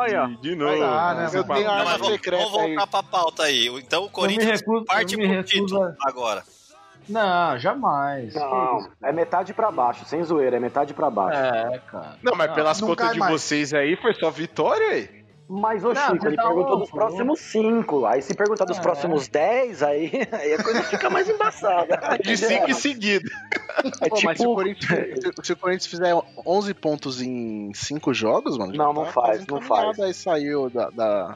Speaker 7: aí, ó.
Speaker 10: De novo.
Speaker 11: Ah, né, mano?
Speaker 8: Não, mas vamos,
Speaker 11: secreta
Speaker 8: vamos voltar pra pauta aí. Então o Corinthians
Speaker 4: recuso-
Speaker 8: parte
Speaker 4: eu me
Speaker 8: pro
Speaker 4: recuso
Speaker 8: título agora.
Speaker 4: Não, jamais.
Speaker 13: Não, é metade pra baixo, sem zoeira, é metade pra baixo.
Speaker 4: É, cara.
Speaker 10: Não, mas pelas contas de vocês aí, foi só vitória aí.
Speaker 13: Mas, ô
Speaker 10: Não,
Speaker 13: Chico,
Speaker 10: você
Speaker 13: ele
Speaker 10: tá
Speaker 13: perguntou
Speaker 10: louco, né?
Speaker 13: dos próximos cinco. Aí se perguntar dos
Speaker 10: É.
Speaker 13: próximos dez, aí, aí a coisa fica mais embaçada.
Speaker 10: De cinco em seguida.
Speaker 13: É
Speaker 7: Pô, mas se
Speaker 13: tipo-
Speaker 7: o, Corinthians, se- se o Corinthians fizer 11 pontos em 5 jogos, mano. tá
Speaker 13: Não, não faz, não faz.
Speaker 7: Aí saiu da.
Speaker 13: Ah,
Speaker 7: da-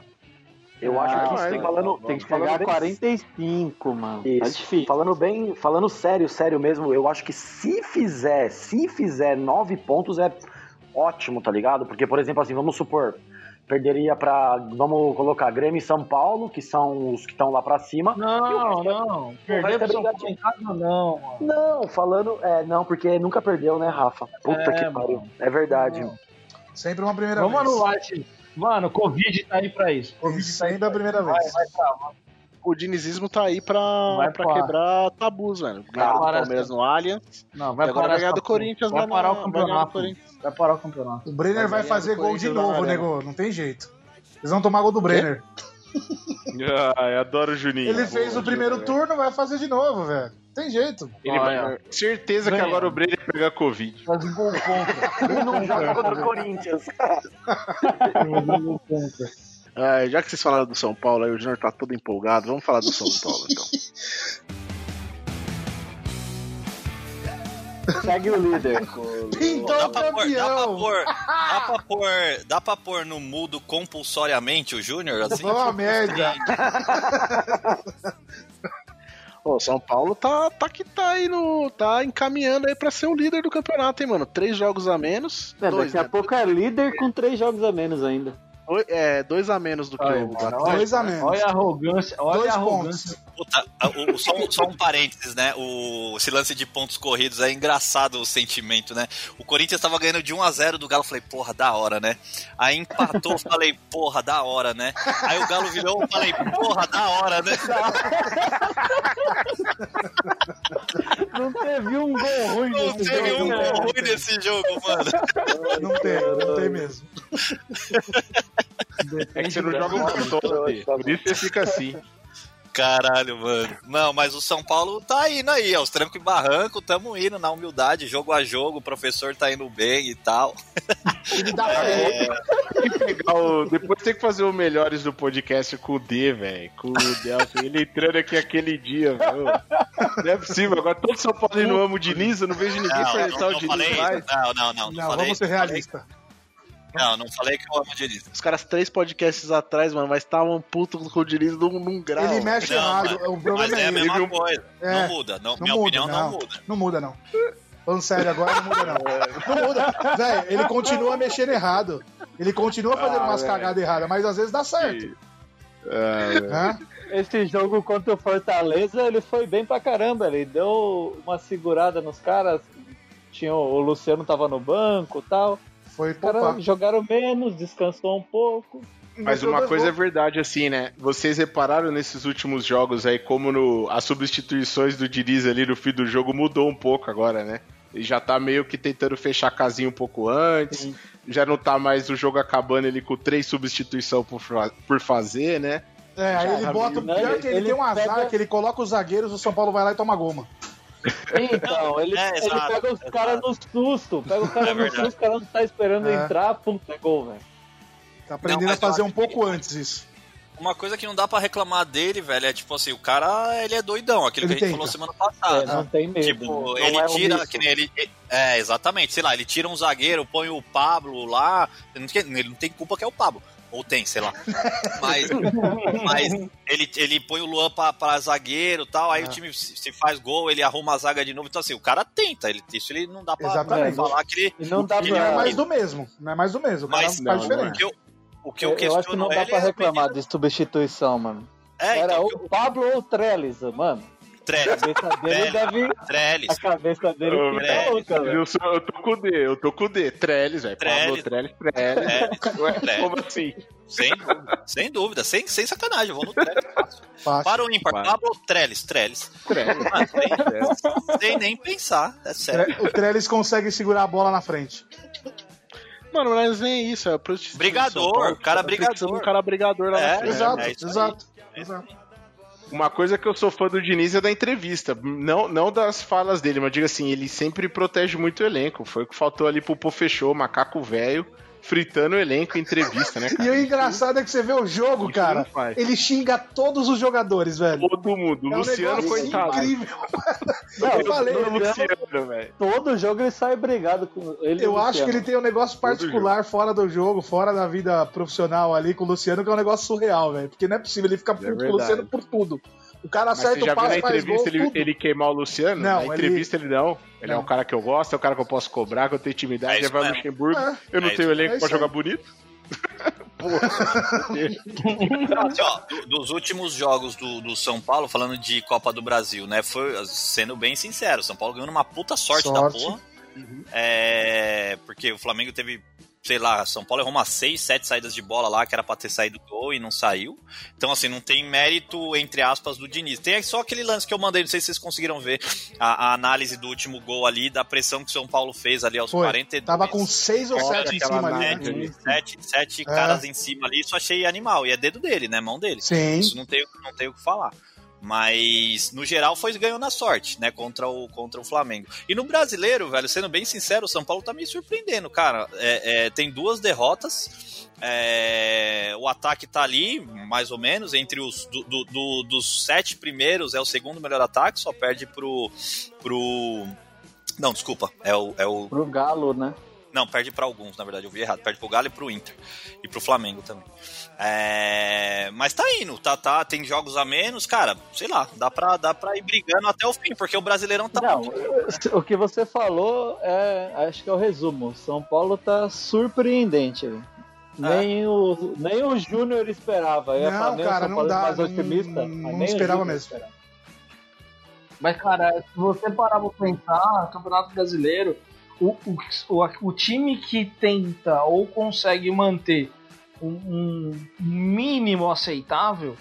Speaker 13: Eu acho
Speaker 4: Ah,
Speaker 13: que
Speaker 4: é.
Speaker 13: isso tem falando, tem É que falar
Speaker 9: chegar a
Speaker 13: bem-
Speaker 9: 45, mano.
Speaker 13: Isso.
Speaker 9: Tá difícil.
Speaker 13: Falando bem, falando sério, sério mesmo, eu acho que se fizer, se fizer nove pontos é ótimo, tá ligado? Porque, por exemplo, assim, vamos supor, perderia pra. vamos colocar Grêmio e São Paulo, que são os que estão lá pra cima.
Speaker 4: Não, não. Perder pro São Paulo em casa, não, mano.
Speaker 13: Não, falando. É, não, porque nunca perdeu, né, Rafa? Puta
Speaker 4: É,
Speaker 13: que pariu. É verdade.
Speaker 11: Sempre uma primeira
Speaker 4: Vamos
Speaker 11: vez.
Speaker 4: anular esse. Mano, Covid tá aí pra isso. Covid tá aí
Speaker 11: Sempre a primeira
Speaker 4: vai,
Speaker 11: vez.
Speaker 4: Vai, pra lá.
Speaker 7: O dinizismo tá aí pra,
Speaker 4: Vai
Speaker 7: pra
Speaker 4: parar.
Speaker 7: quebrar tabus, velho. Ganharam do
Speaker 4: parar
Speaker 7: Palmeiras no Allianz.
Speaker 4: Não, vai
Speaker 7: e agora
Speaker 4: parar
Speaker 7: vai ganhar
Speaker 4: essa
Speaker 7: do
Speaker 4: porra.
Speaker 7: Corinthians
Speaker 4: Vai
Speaker 7: lá na-
Speaker 4: parar o
Speaker 7: vai ganhar do
Speaker 4: campeonato.
Speaker 7: Corinthians.
Speaker 4: Vai parar o campeonato.
Speaker 11: O Brenner vai,
Speaker 7: ganhar do
Speaker 11: fazer gol de
Speaker 7: Corinthians lá na
Speaker 11: novo,
Speaker 7: Arena.
Speaker 11: nego. Não tem jeito. Eles vão tomar gol
Speaker 4: É.
Speaker 11: do Brenner.
Speaker 10: Ah, eu adoro o Juninho.
Speaker 11: Ele fez
Speaker 10: Pô,
Speaker 11: o primeiro
Speaker 10: Juninho,
Speaker 11: turno, vai fazer de novo, velho. Tem jeito.
Speaker 10: Ele vai... Certeza que
Speaker 11: Ganha.
Speaker 10: agora o Breno vai pegar Covid.
Speaker 4: Faz um gol contra.
Speaker 13: Ele não joga contra o Corinthians.
Speaker 7: Ah, já que vocês falaram do São Paulo, aí o Junior tá todo empolgado. Vamos falar do São Paulo, então.
Speaker 9: Segue o líder.
Speaker 7: Então,
Speaker 8: dá, pra pôr, dá, pra pôr, dá, pra pôr, dá pra pôr no mudo compulsoriamente o Júnior, assim?
Speaker 11: Boa merda.
Speaker 7: Ô, São Paulo tá, tá que tá aí no. tá encaminhando aí pra ser o líder do campeonato, hein, mano? Três jogos a menos.
Speaker 9: É,
Speaker 7: dois,
Speaker 9: daqui a
Speaker 7: né?
Speaker 9: pouco é líder com três jogos a menos ainda.
Speaker 7: Dois, é, dois a menos do que
Speaker 9: Olha,
Speaker 7: o
Speaker 9: mano,
Speaker 7: Atlético.
Speaker 9: olha-
Speaker 10: É
Speaker 4: Olha a arrogância. Olha a arrogância.
Speaker 8: Puta, ah, o- o- só, um, só um parênteses, né? O, esse lance de pontos corridos é engraçado o sentimento, né? O Corinthians tava ganhando de 1x0 do Galo, falei, porra, da hora, né? Aí empatou, falei, porra, da hora, né? Aí o Galo virou, falei, porra, da hora, né?
Speaker 9: Não teve um gol ruim
Speaker 8: Não
Speaker 9: nesse
Speaker 8: teve
Speaker 9: jogo,
Speaker 8: um
Speaker 9: né?
Speaker 8: gol ruim nesse jogo, mano.
Speaker 11: Não tem, não tem mesmo.
Speaker 10: É que você não joga um cartola, Fê. Por isso você fica assim.
Speaker 8: Caralho, mano. Não, mas o São Paulo tá indo aí, aos tranco e barranco, tamo indo na humildade, jogo a jogo, o professor tá indo bem e tal. É,
Speaker 10: pegar o- Depois tem que fazer o melhores do podcast com o D, velho. Com o Delphi. Ele entrando aqui aquele dia, velho. Não é possível. Agora todo São Paulo não ama o Diniz. Eu não vejo ninguém
Speaker 8: não,
Speaker 10: apertar
Speaker 8: não,
Speaker 10: o
Speaker 8: não
Speaker 10: Diniz
Speaker 8: falei
Speaker 10: mais.
Speaker 8: isso, não, não, não, não,
Speaker 7: Não,
Speaker 8: falei
Speaker 7: vamos
Speaker 8: isso,
Speaker 7: ser
Speaker 8: falei-
Speaker 7: realistas.
Speaker 8: Não, não falei que eu amo o Diniz.
Speaker 7: Os caras três podcasts atrás, mano, mas estavam puto com o Diniz num, num grau.
Speaker 11: Ele mexe
Speaker 8: Não,
Speaker 11: errado.
Speaker 8: mas-
Speaker 11: o problema
Speaker 8: mas é
Speaker 11: é,
Speaker 8: a
Speaker 11: ele.
Speaker 8: mesma coisa.
Speaker 11: É.
Speaker 8: Não muda, não, minha opinião não muda.
Speaker 11: Não muda, não. Falando sério agora, não muda, não. Não muda. Velho, ele continua mexendo errado. Ele continua fazendo
Speaker 9: Ah,
Speaker 11: umas
Speaker 9: velho.
Speaker 11: cagadas erradas, mas às vezes dá certo. Hã?
Speaker 9: Esse jogo contra o Fortaleza, ele foi bem pra caramba. Ele deu uma segurada nos caras. Tinha, o o Luciano tava no banco e tal.
Speaker 11: Foi
Speaker 9: cara, Jogaram menos, descansou um pouco.
Speaker 10: Mas uma coisa é verdade, assim, né? Vocês repararam nesses últimos jogos aí como no- as substituições do Diniz ali no fim do jogo mudou um pouco agora, né? Ele já tá meio que tentando fechar a casinha um pouco antes, já não tá mais o jogo acabando ele com três substituições por, fa- por fazer, né?
Speaker 11: É, aí
Speaker 10: Já,
Speaker 11: ele bota.
Speaker 10: né?
Speaker 11: Pior que ele,
Speaker 10: Ele
Speaker 11: tem um azar
Speaker 10: pega-
Speaker 11: que ele coloca os zagueiros, o São Paulo vai lá e toma goma.
Speaker 9: Então, ele,
Speaker 11: É,
Speaker 9: ele
Speaker 11: exato,
Speaker 9: pega os caras no susto. Pega o cara
Speaker 11: É
Speaker 9: no
Speaker 11: verdade.
Speaker 9: susto, o cara não tá esperando
Speaker 11: É.
Speaker 9: entrar, pum, é gol, velho.
Speaker 11: Tá aprendendo a fazer um pouco antes isso.
Speaker 8: Uma coisa que não dá pra reclamar dele, velho, é tipo assim, o cara, ele é doidão, aquilo
Speaker 9: Ele
Speaker 8: que a gente
Speaker 9: tenta.
Speaker 8: falou semana passada.
Speaker 9: É, não tem medo,
Speaker 8: Tipo,
Speaker 9: não
Speaker 8: ele
Speaker 9: é
Speaker 8: tira,
Speaker 9: omisso.
Speaker 8: que nem ele, é, exatamente, sei lá, ele tira um zagueiro, põe o Pablo lá, ele não tem- ele não tem culpa que é o Pablo. Ou tem, sei lá. Mas, mas ele, ele põe o Luan pra, pra zagueiro e tal, aí o time se, se faz gol, ele arruma a zaga de novo. Então, assim, o cara tenta. Ele, isso ele não dá pra,
Speaker 11: Exatamente.
Speaker 8: pra falar que ele.
Speaker 11: não,
Speaker 8: que ele
Speaker 11: é
Speaker 8: um-
Speaker 11: mais do mesmo. Não é mais do mesmo.
Speaker 8: Mas
Speaker 11: não, faz
Speaker 8: o
Speaker 11: diferente.
Speaker 8: que eu- o que eu
Speaker 9: eu acho que não
Speaker 8: questiono
Speaker 9: dá
Speaker 8: ele
Speaker 9: pra
Speaker 8: é então,
Speaker 9: reclamar de substituição, mano. Era o Pablo ou o Trellis, mano.
Speaker 8: Trellis.
Speaker 9: A cabeça dele deve.
Speaker 8: Trellis.
Speaker 9: A cabeça dele
Speaker 10: Ô,
Speaker 9: fica
Speaker 10: velho,
Speaker 9: louca,
Speaker 10: eu,
Speaker 9: velho.
Speaker 10: sou- eu tô com o D, eu tô com o D. Trellis, velho. Pablo, Trellis, Trellis. Ué,
Speaker 8: É. Trellis.
Speaker 10: Como assim?
Speaker 8: Sem dúvida, sem dúvida, sem, sem sacanagem, eu vou no Trellis. fácil. Para o ímpar, Pablo ou Trellis? Trellis.
Speaker 10: Trellis.
Speaker 8: Mano, sem, sem nem pensar, é sério.
Speaker 11: O Trellis consegue segurar a bola na frente.
Speaker 10: Mano, mas nem isso, é prostituição.
Speaker 8: Brigador, cara brigador.
Speaker 10: Um cara brigador lá na
Speaker 8: É,
Speaker 10: frente.
Speaker 11: exato,
Speaker 10: né?
Speaker 11: exato, exato.
Speaker 10: Uma coisa que eu sou fã do Diniz é da entrevista. Não, não das falas dele, mas diga assim, ele sempre protege muito o elenco. Foi o que faltou ali pro Pô Fechou, macaco velho, fritando o elenco em entrevista, né,
Speaker 11: E
Speaker 10: cara?
Speaker 11: o engraçado é que você vê o jogo, cara.
Speaker 10: faz.
Speaker 11: Ele xinga todos os jogadores, velho.
Speaker 10: Todo mundo.
Speaker 11: É um
Speaker 10: Luciano,
Speaker 11: negócio
Speaker 10: coitado.
Speaker 11: incrível.
Speaker 9: Não,
Speaker 11: eu falei, né?
Speaker 9: não,
Speaker 10: Luciano, velho.
Speaker 9: Todo jogo ele sai brigado com ele. e
Speaker 11: Eu
Speaker 9: o
Speaker 11: acho que ele
Speaker 9: Luciano.
Speaker 11: tem um negócio particular fora do jogo, fora da vida profissional ali com o Luciano, que é um negócio surreal, velho. Porque não é possível, ele fica puto com o
Speaker 10: verdade.
Speaker 11: Luciano por tudo. O cara
Speaker 10: Mas você
Speaker 11: acerta
Speaker 10: já
Speaker 11: o
Speaker 10: viu na
Speaker 11: passe, faz gol,
Speaker 10: entrevista ele,
Speaker 11: tudo.
Speaker 10: ele queimar o Luciano?
Speaker 11: Não,
Speaker 10: na
Speaker 11: ele-
Speaker 10: entrevista ele, não. Ele é um cara que eu gosto, é um cara que eu posso cobrar, que eu tenho intimidade, ele vai ao Luxemburgo,
Speaker 11: É.
Speaker 10: eu não
Speaker 8: É
Speaker 10: tenho
Speaker 8: isso
Speaker 10: elenco
Speaker 8: mesmo.
Speaker 10: pra jogar bonito.
Speaker 8: Não, assim, ó, do- dos últimos jogos do, do São Paulo, falando de Copa do Brasil, né? Foi, sendo bem sincero, São Paulo ganhou uma puta sorte,
Speaker 11: Sorte. Uhum.
Speaker 8: da porra. É, porque o Flamengo teve, sei lá, São Paulo errou umas 6, 7 saídas de bola lá, que era pra ter saído do gol e não saiu. Então, assim, não tem mérito, entre aspas, do Diniz. Tem só aquele lance que eu mandei, não sei se vocês conseguiram ver a, a análise do último gol ali, da pressão que o São Paulo fez ali aos
Speaker 11: Foi.
Speaker 8: 42.
Speaker 11: Tava com seis ou
Speaker 8: Olha
Speaker 11: sete em
Speaker 8: aquela
Speaker 11: cima ali.
Speaker 8: nave
Speaker 11: né?
Speaker 8: Sete, sete
Speaker 11: É.
Speaker 8: caras em cima ali, isso achei animal. E é dedo dele, né? Mão dele.
Speaker 11: Sim.
Speaker 8: Isso não tem, não tem o que falar. Mas, no geral, foi ganhou na sorte, né? Contra o, contra o Flamengo. E no brasileiro, velho, sendo bem sincero, o São Paulo tá me surpreendendo, cara. É, é, tem duas derrotas. é, o ataque tá ali, mais ou menos, entre os do- do- do- dos sete primeiros, é o segundo melhor ataque, só perde pro. pro não, desculpa, é o, é o
Speaker 9: Pro Galo, né?
Speaker 8: não, perde pra alguns, na verdade, eu vi errado. Perde pro Galo e pro Inter. E pro Flamengo também. É, Mas tá indo, tá, tá, tem jogos a menos, cara, sei lá, dá pra, dá pra ir brigando até o fim, porque o Brasileirão tá...
Speaker 9: Não, O que você falou é. Acho que é o resumo. O São Paulo tá surpreendente. velho. Nem o, nem o Júnior esperava. Eu ia
Speaker 11: É. Não,
Speaker 9: falar, nem o
Speaker 11: cara,
Speaker 9: São
Speaker 11: não
Speaker 9: Paulo é
Speaker 11: dá,
Speaker 9: mais
Speaker 11: não-
Speaker 9: otimista. mas
Speaker 11: não
Speaker 9: nem o
Speaker 11: esperava
Speaker 9: Júnior
Speaker 11: mesmo.
Speaker 9: esperava.
Speaker 4: Mas, cara, se você parar pra pensar, Campeonato Brasileiro, o, o, o, o time que tenta ou consegue manter um, um mínimo aceitável,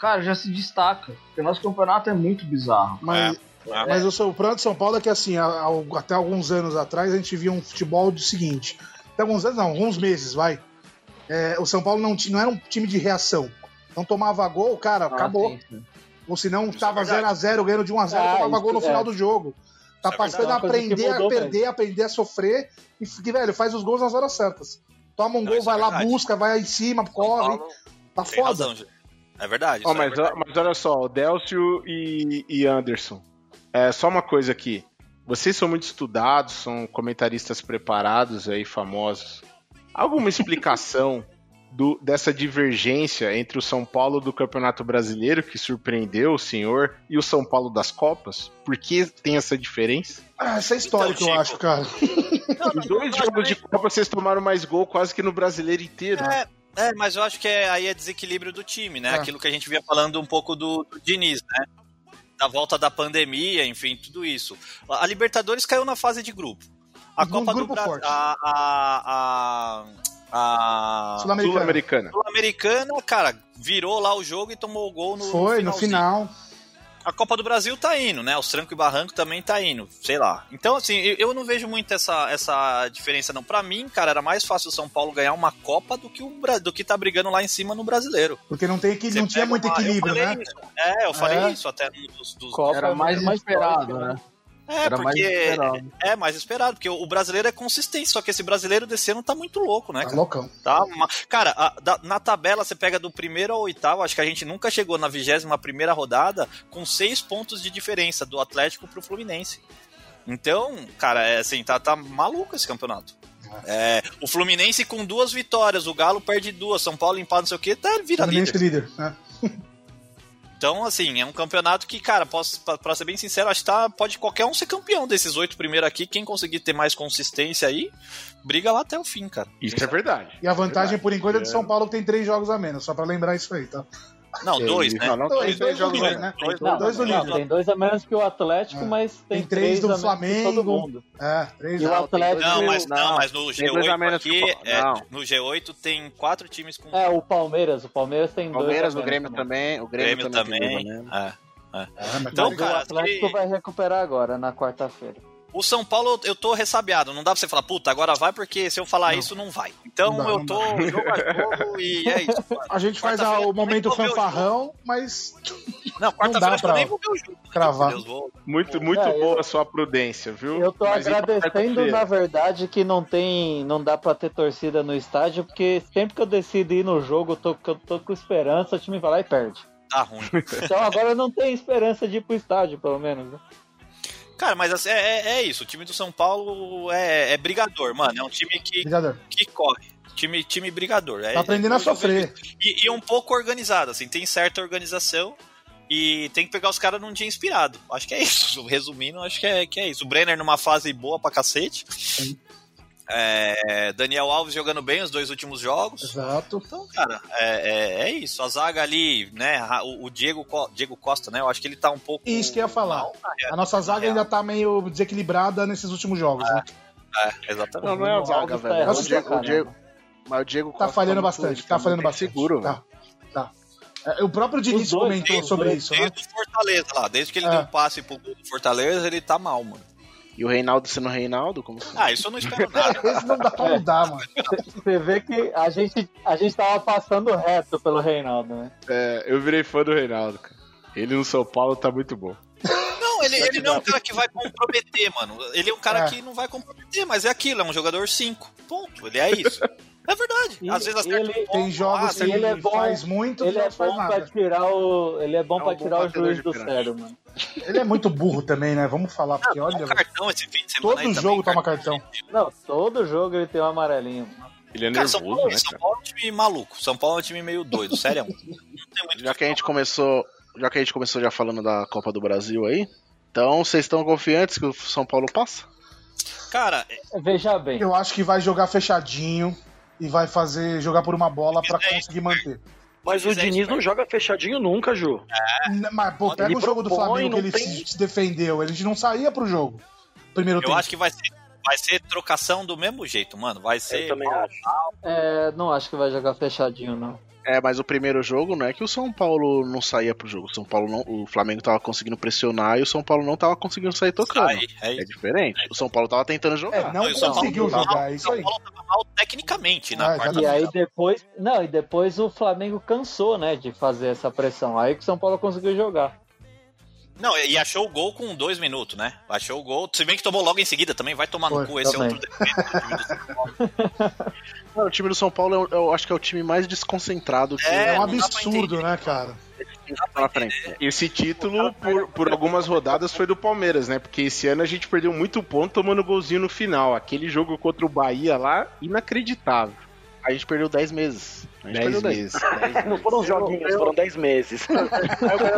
Speaker 4: cara, já se destaca. Porque nosso campeonato é muito bizarro.
Speaker 11: Mas, mas eu sou o plano de São Paulo é que assim, há- há- até alguns anos atrás a gente via um futebol do seguinte. Até alguns anos, não, alguns meses, vai. É, o São Paulo não, ti- não era um time de reação. Então tomava gol, cara,
Speaker 10: Ah,
Speaker 11: acabou. Ou se não, tava 0x0, ganhando de 1x0,
Speaker 9: Ah,
Speaker 11: tomava
Speaker 9: isso
Speaker 11: gol no
Speaker 9: é.
Speaker 11: final do jogo. Tá
Speaker 9: Isso é
Speaker 11: passando a
Speaker 9: verdade. Uma coisa que
Speaker 11: aprender a
Speaker 9: mudou
Speaker 11: perder,
Speaker 9: mesmo.
Speaker 11: aprender a sofrer. E, que, velho, faz os gols nas horas certas. Toma um gol, vai lá, busca, vai em cima, corre. Tá
Speaker 8: Tem
Speaker 11: foda.
Speaker 8: razão, Ju. É verdade.
Speaker 10: Ó,
Speaker 8: isso é
Speaker 10: mas,
Speaker 8: verdade.
Speaker 10: ó, mas olha só, o Délcio e, e Anderson. É só uma coisa aqui. Vocês são muito estudados, são comentaristas preparados aí, famosos. Alguma explicação do- dessa divergência entre o São Paulo do Campeonato Brasileiro, que surpreendeu o senhor, e o São Paulo das Copas? Por que tem essa diferença?
Speaker 11: Ah, essa é história que eu acho, cara.
Speaker 10: Os dois jogos de Copa vocês tomaram mais gol quase que no brasileiro inteiro.
Speaker 8: É, é, mas eu acho que é- aí é desequilíbrio do time, né?
Speaker 10: É.
Speaker 8: Aquilo que a gente vinha falando um pouco do, do Diniz, né? Da volta da pandemia, enfim, tudo isso. A Libertadores caiu na fase de grupo. A
Speaker 10: um
Speaker 11: Num
Speaker 8: Copa do
Speaker 11: grupo
Speaker 8: Brasil.
Speaker 11: forte.
Speaker 8: A, a, a, a-
Speaker 11: Sul-Americana.
Speaker 10: Sul-Americana.
Speaker 8: Sul-Americana, cara, virou lá o jogo e tomou o gol no.
Speaker 11: Foi, no final.
Speaker 8: A Copa do Brasil tá indo, né? Os Tranco e Barranco também tá indo, sei lá. Então, assim, eu, eu não vejo muito essa, essa diferença, não. Pra mim, cara, era mais fácil o São Paulo ganhar uma Copa do que, o, Bra- do que tá brigando lá em cima no brasileiro.
Speaker 11: Porque não, tem equil- não tinha muito
Speaker 8: Ah, eu
Speaker 11: equilíbrio,
Speaker 8: falei
Speaker 11: né?
Speaker 8: isso. É, eu falei
Speaker 11: É.
Speaker 8: isso até num dos. dos
Speaker 11: Copa
Speaker 8: dos-
Speaker 11: é mais
Speaker 8: dos-
Speaker 11: esperado, né?
Speaker 8: É,
Speaker 4: Era mais
Speaker 8: porque
Speaker 4: esperado.
Speaker 8: é mais esperado, porque o brasileiro é consistente, só que esse brasileiro desse ano tá muito louco, né,
Speaker 11: Tá
Speaker 8: cara?
Speaker 11: loucão.
Speaker 8: Tá ma- Cara, a- da- na tabela você pega do primeiro ao oitavo, acho que a gente nunca chegou na vigésima primeira rodada com seis pontos de diferença do Atlético pro Fluminense. Então, cara, é assim, tá, tá maluco esse campeonato. É, o Fluminense com duas vitórias, o Galo perde duas, São Paulo empata, não sei o que, tá, vira
Speaker 11: Fluminense
Speaker 8: líder.
Speaker 11: líder. né?
Speaker 8: Então, assim, é um campeonato que, cara, posso, pra, pra ser bem sincero, acho que tá, pode qualquer um ser campeão desses oito primeiros aqui. Quem conseguir ter mais consistência aí, briga lá até o fim, cara.
Speaker 10: Isso é verdade.
Speaker 11: E a vantagem, por enquanto, é de
Speaker 8: É.
Speaker 11: São Paulo, que tem três jogos a menos, só pra lembrar isso aí, tá?
Speaker 8: Não, dois, né?
Speaker 11: Não, dois, dois jogos a menos, né?
Speaker 9: Não,
Speaker 11: Dois do
Speaker 9: não,
Speaker 11: líder.
Speaker 9: Tem dois a menos que o Atlético, mas tem,
Speaker 11: Tem três do
Speaker 9: a menos que todo mundo.
Speaker 11: Flamengo. É, três
Speaker 9: E o
Speaker 11: não,
Speaker 9: Atlético.
Speaker 8: Não, mas, não, mas no
Speaker 9: Tem dois a
Speaker 8: G8
Speaker 9: menos
Speaker 8: aqui,
Speaker 9: que o Paulo.
Speaker 8: é,
Speaker 9: Não.
Speaker 8: no G8 tem quatro times com
Speaker 9: É, o Palmeiras. O Palmeiras tem
Speaker 8: Palmeiras,
Speaker 9: dois.
Speaker 8: o Grêmio
Speaker 7: também. né? O
Speaker 8: Grêmio
Speaker 9: também tem
Speaker 8: também.
Speaker 9: dois a menos.
Speaker 8: é, é.
Speaker 9: Então,
Speaker 8: Então,
Speaker 9: o
Speaker 8: cara,
Speaker 9: Atlético vai recuperar agora, na quarta-feira.
Speaker 8: o São Paulo eu tô ressabiado, não dá pra você falar, puta, agora vai, porque se eu falar isso, não vai. Então
Speaker 11: Não dá,
Speaker 8: eu
Speaker 11: não
Speaker 8: tô jogo a jogo e é isso.
Speaker 11: A gente faz a- o momento fanfarrão, mas.
Speaker 8: Não,
Speaker 11: dá
Speaker 10: quarta-feira
Speaker 11: pra
Speaker 10: também vou
Speaker 11: cravar.
Speaker 10: Muito, muito boa a sua prudência, viu?
Speaker 9: Eu tô
Speaker 10: Mas e pra
Speaker 9: agradecendo,
Speaker 10: quarta-feira?
Speaker 9: na verdade, que não tem. não dá pra ter torcida no estádio, porque sempre que eu decido ir no jogo, eu tô, eu tô com esperança, o time vai lá e perde.
Speaker 8: Tá ruim.
Speaker 9: Então agora eu não tenho esperança de ir pro estádio, pelo menos. né?
Speaker 8: Cara, mas assim, é, é- é isso. O time do São Paulo é, é brigador, mano. É um time que,
Speaker 11: Brigador.
Speaker 8: que corre. Time, time brigador. É,
Speaker 11: Tá aprendendo a
Speaker 8: é-
Speaker 11: sofrer.
Speaker 8: E, e um pouco organizado, assim. Tem certa organização e tem que pegar os caras num dia inspirado. Acho que é isso. Resumindo, acho que é, que é isso. O Brenner numa fase boa pra cacete. É, Daniel Alves jogando bem os dois últimos jogos. Então,
Speaker 11: Exato.
Speaker 8: Cara, é, é- é isso. A zaga ali, né? O, o Diego, Co- Diego Costa, né? Eu acho que ele tá um pouco.
Speaker 11: Isso que eu ia falar. A nossa zaga ainda tá meio desequilibrada nesses últimos jogos, né?
Speaker 8: É, exatamente.
Speaker 7: Não, não é a zaga,
Speaker 11: Alves tá
Speaker 7: velho.
Speaker 11: errando
Speaker 7: o Diego,
Speaker 11: pra
Speaker 7: o Diego- mas o Diego
Speaker 11: Tá
Speaker 7: Costa
Speaker 11: falhando
Speaker 7: muito- né?
Speaker 11: bastante, tá falhando bastante. Seguro, tá. tá. É, O próprio Diniz comentou sobre isso, né?
Speaker 8: Desde o Fortaleza lá, desde
Speaker 11: É.
Speaker 8: que ele deu o passe pro gol do Fortaleza, ele tá mal, mano.
Speaker 7: E o Reinaldo sendo Reinaldo? Como assim?
Speaker 8: Ah, isso eu não espero nada.
Speaker 11: Esse não dá pra mudar, mano.
Speaker 9: Você vê que a gente, a gente tava passando reto pelo Reinaldo, né?
Speaker 10: É, eu virei fã do Reinaldo, cara. Ele no São Paulo tá muito bom.
Speaker 8: Não, ele, ele não é um cara que vai comprometer, mano. Ele é um cara
Speaker 10: É.
Speaker 8: que não vai comprometer, mas é aquilo, é um jogador 5. Ponto, ele é isso. É verdade. Às vezes acerta um
Speaker 11: Tem
Speaker 8: ponto,
Speaker 11: jogos
Speaker 8: ah,
Speaker 11: que ele faz muito,
Speaker 9: ele é
Speaker 11: outros faz
Speaker 9: bom pra
Speaker 11: nada.
Speaker 9: tirar o. Ele é bom
Speaker 11: É um
Speaker 9: pra
Speaker 11: bom
Speaker 9: tirar o
Speaker 11: batedor
Speaker 9: juiz
Speaker 11: de
Speaker 9: do
Speaker 11: pênalti.
Speaker 9: sério, mano.
Speaker 11: Ele é muito burro também, né? Vamos falar, porque
Speaker 8: um
Speaker 11: olha.
Speaker 8: é Cartão esse fim de semana
Speaker 11: Todo
Speaker 8: aí também.
Speaker 11: jogo tá toma cartão.
Speaker 9: Não, todo jogo ele tem um amarelinho.
Speaker 10: Ele é
Speaker 8: Cara, São Paulo,
Speaker 11: né,
Speaker 8: São Paulo é um time maluco. São Paulo é um time meio doido, sério.
Speaker 7: Já que a gente começou, já que a gente começou já falando da Copa do Brasil aí, então vocês estão confiantes que o São Paulo passa?
Speaker 8: Cara, é,
Speaker 9: veja bem.
Speaker 11: Eu acho que vai jogar fechadinho e vai fazer jogar por uma bola pra conseguir manter.
Speaker 12: Mas
Speaker 8: é
Speaker 12: o Diniz não joga fechadinho nunca, Ju.
Speaker 11: N- Mas, pô, pega
Speaker 12: Ele
Speaker 11: o jogo do
Speaker 12: propõe,
Speaker 11: Flamengo que
Speaker 12: não
Speaker 11: ele
Speaker 12: tem-
Speaker 11: se- se defendeu. Ele não saía pro jogo. Primeiro
Speaker 8: eu
Speaker 11: tempo.
Speaker 8: acho que vai ser, vai ser trocação do mesmo jeito, mano. Vai ser.
Speaker 12: também acho.
Speaker 9: É, não acho que vai jogar fechadinho, não.
Speaker 7: É, mas o primeiro jogo não é que o São Paulo não saía pro jogo. O São Paulo não, o Flamengo tava conseguindo pressionar e o São Paulo não tava conseguindo sair tocando.
Speaker 8: é,
Speaker 7: diferente. O São Paulo tava tentando jogar.
Speaker 11: É, não conseguiu jogar, é isso aí. É,
Speaker 8: Tecnicamente, na quarta
Speaker 9: e aí depois. Não, e depois o Flamengo cansou, né, de fazer essa pressão. Aí que o São Paulo conseguiu jogar.
Speaker 8: Não, e e achou o gol com dois minutos, né? Achou o gol. Se bem que tomou logo em seguida também, vai tomar
Speaker 7: Foi,
Speaker 8: no cu. Esse é
Speaker 7: também.
Speaker 8: outro defeito.
Speaker 7: Mano, o time do São Paulo eu, eu acho que é o time mais desconcentrado que
Speaker 11: É, um absurdo, né, cara?
Speaker 7: pra frente.
Speaker 10: É, Esse título, por, por algumas rodadas, foi do Palmeiras, né? Porque esse ano a gente perdeu muito ponto tomando golzinho no final. Aquele jogo contra o Bahia lá, inacreditável.
Speaker 7: A gente perdeu 10 meses. A gente
Speaker 10: 10
Speaker 7: perdeu 10.
Speaker 10: meses.
Speaker 12: Não foram joguinhos, foram 10 meses.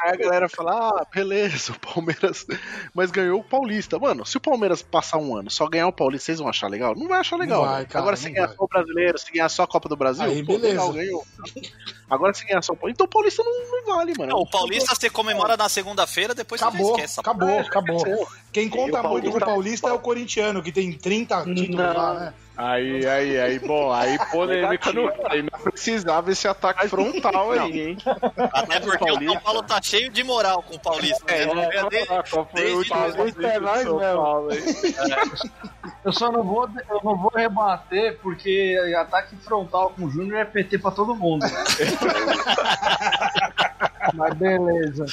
Speaker 7: Aí a galera fala, ah, beleza, o Palmeiras. Mas ganhou o Paulista. Mano, se o Palmeiras passar um ano só ganhar o Paulista, vocês vão achar legal? Não vai achar legal.
Speaker 11: vai,
Speaker 7: né?
Speaker 11: cara,
Speaker 7: Agora, se
Speaker 11: não
Speaker 7: ganhar
Speaker 11: vai.
Speaker 7: só o brasileiro, se ganhar só a Copa do Brasil,
Speaker 11: Aí,
Speaker 7: pô,
Speaker 11: beleza.
Speaker 7: legal, ganhou. Agora, se ganhar só o Paulista. Então, o Paulista não, não vale, mano.
Speaker 8: Não, o Paulista você comemora na segunda-feira, depois
Speaker 11: Acabou,
Speaker 8: você já esquece.
Speaker 11: acabou, acabou. Quem conta
Speaker 8: o Paulista- tá
Speaker 11: muito com o Paulista é o corintiano, que tem 30 títulos lá, né?
Speaker 10: Aí, aí, aí, bom, aí polêmica não, aí não precisava esse ataque frontal aí, hein?
Speaker 8: Até É porque o São Paulo tá cheio de moral com o Paulista. né? Desde-
Speaker 4: Paulista é nós
Speaker 8: né, São
Speaker 4: mesmo.
Speaker 8: Paulo, hein?
Speaker 4: Eu só não vou, eu não vou rebater porque ataque frontal com o Júnior é PT pra todo mundo. Mas beleza.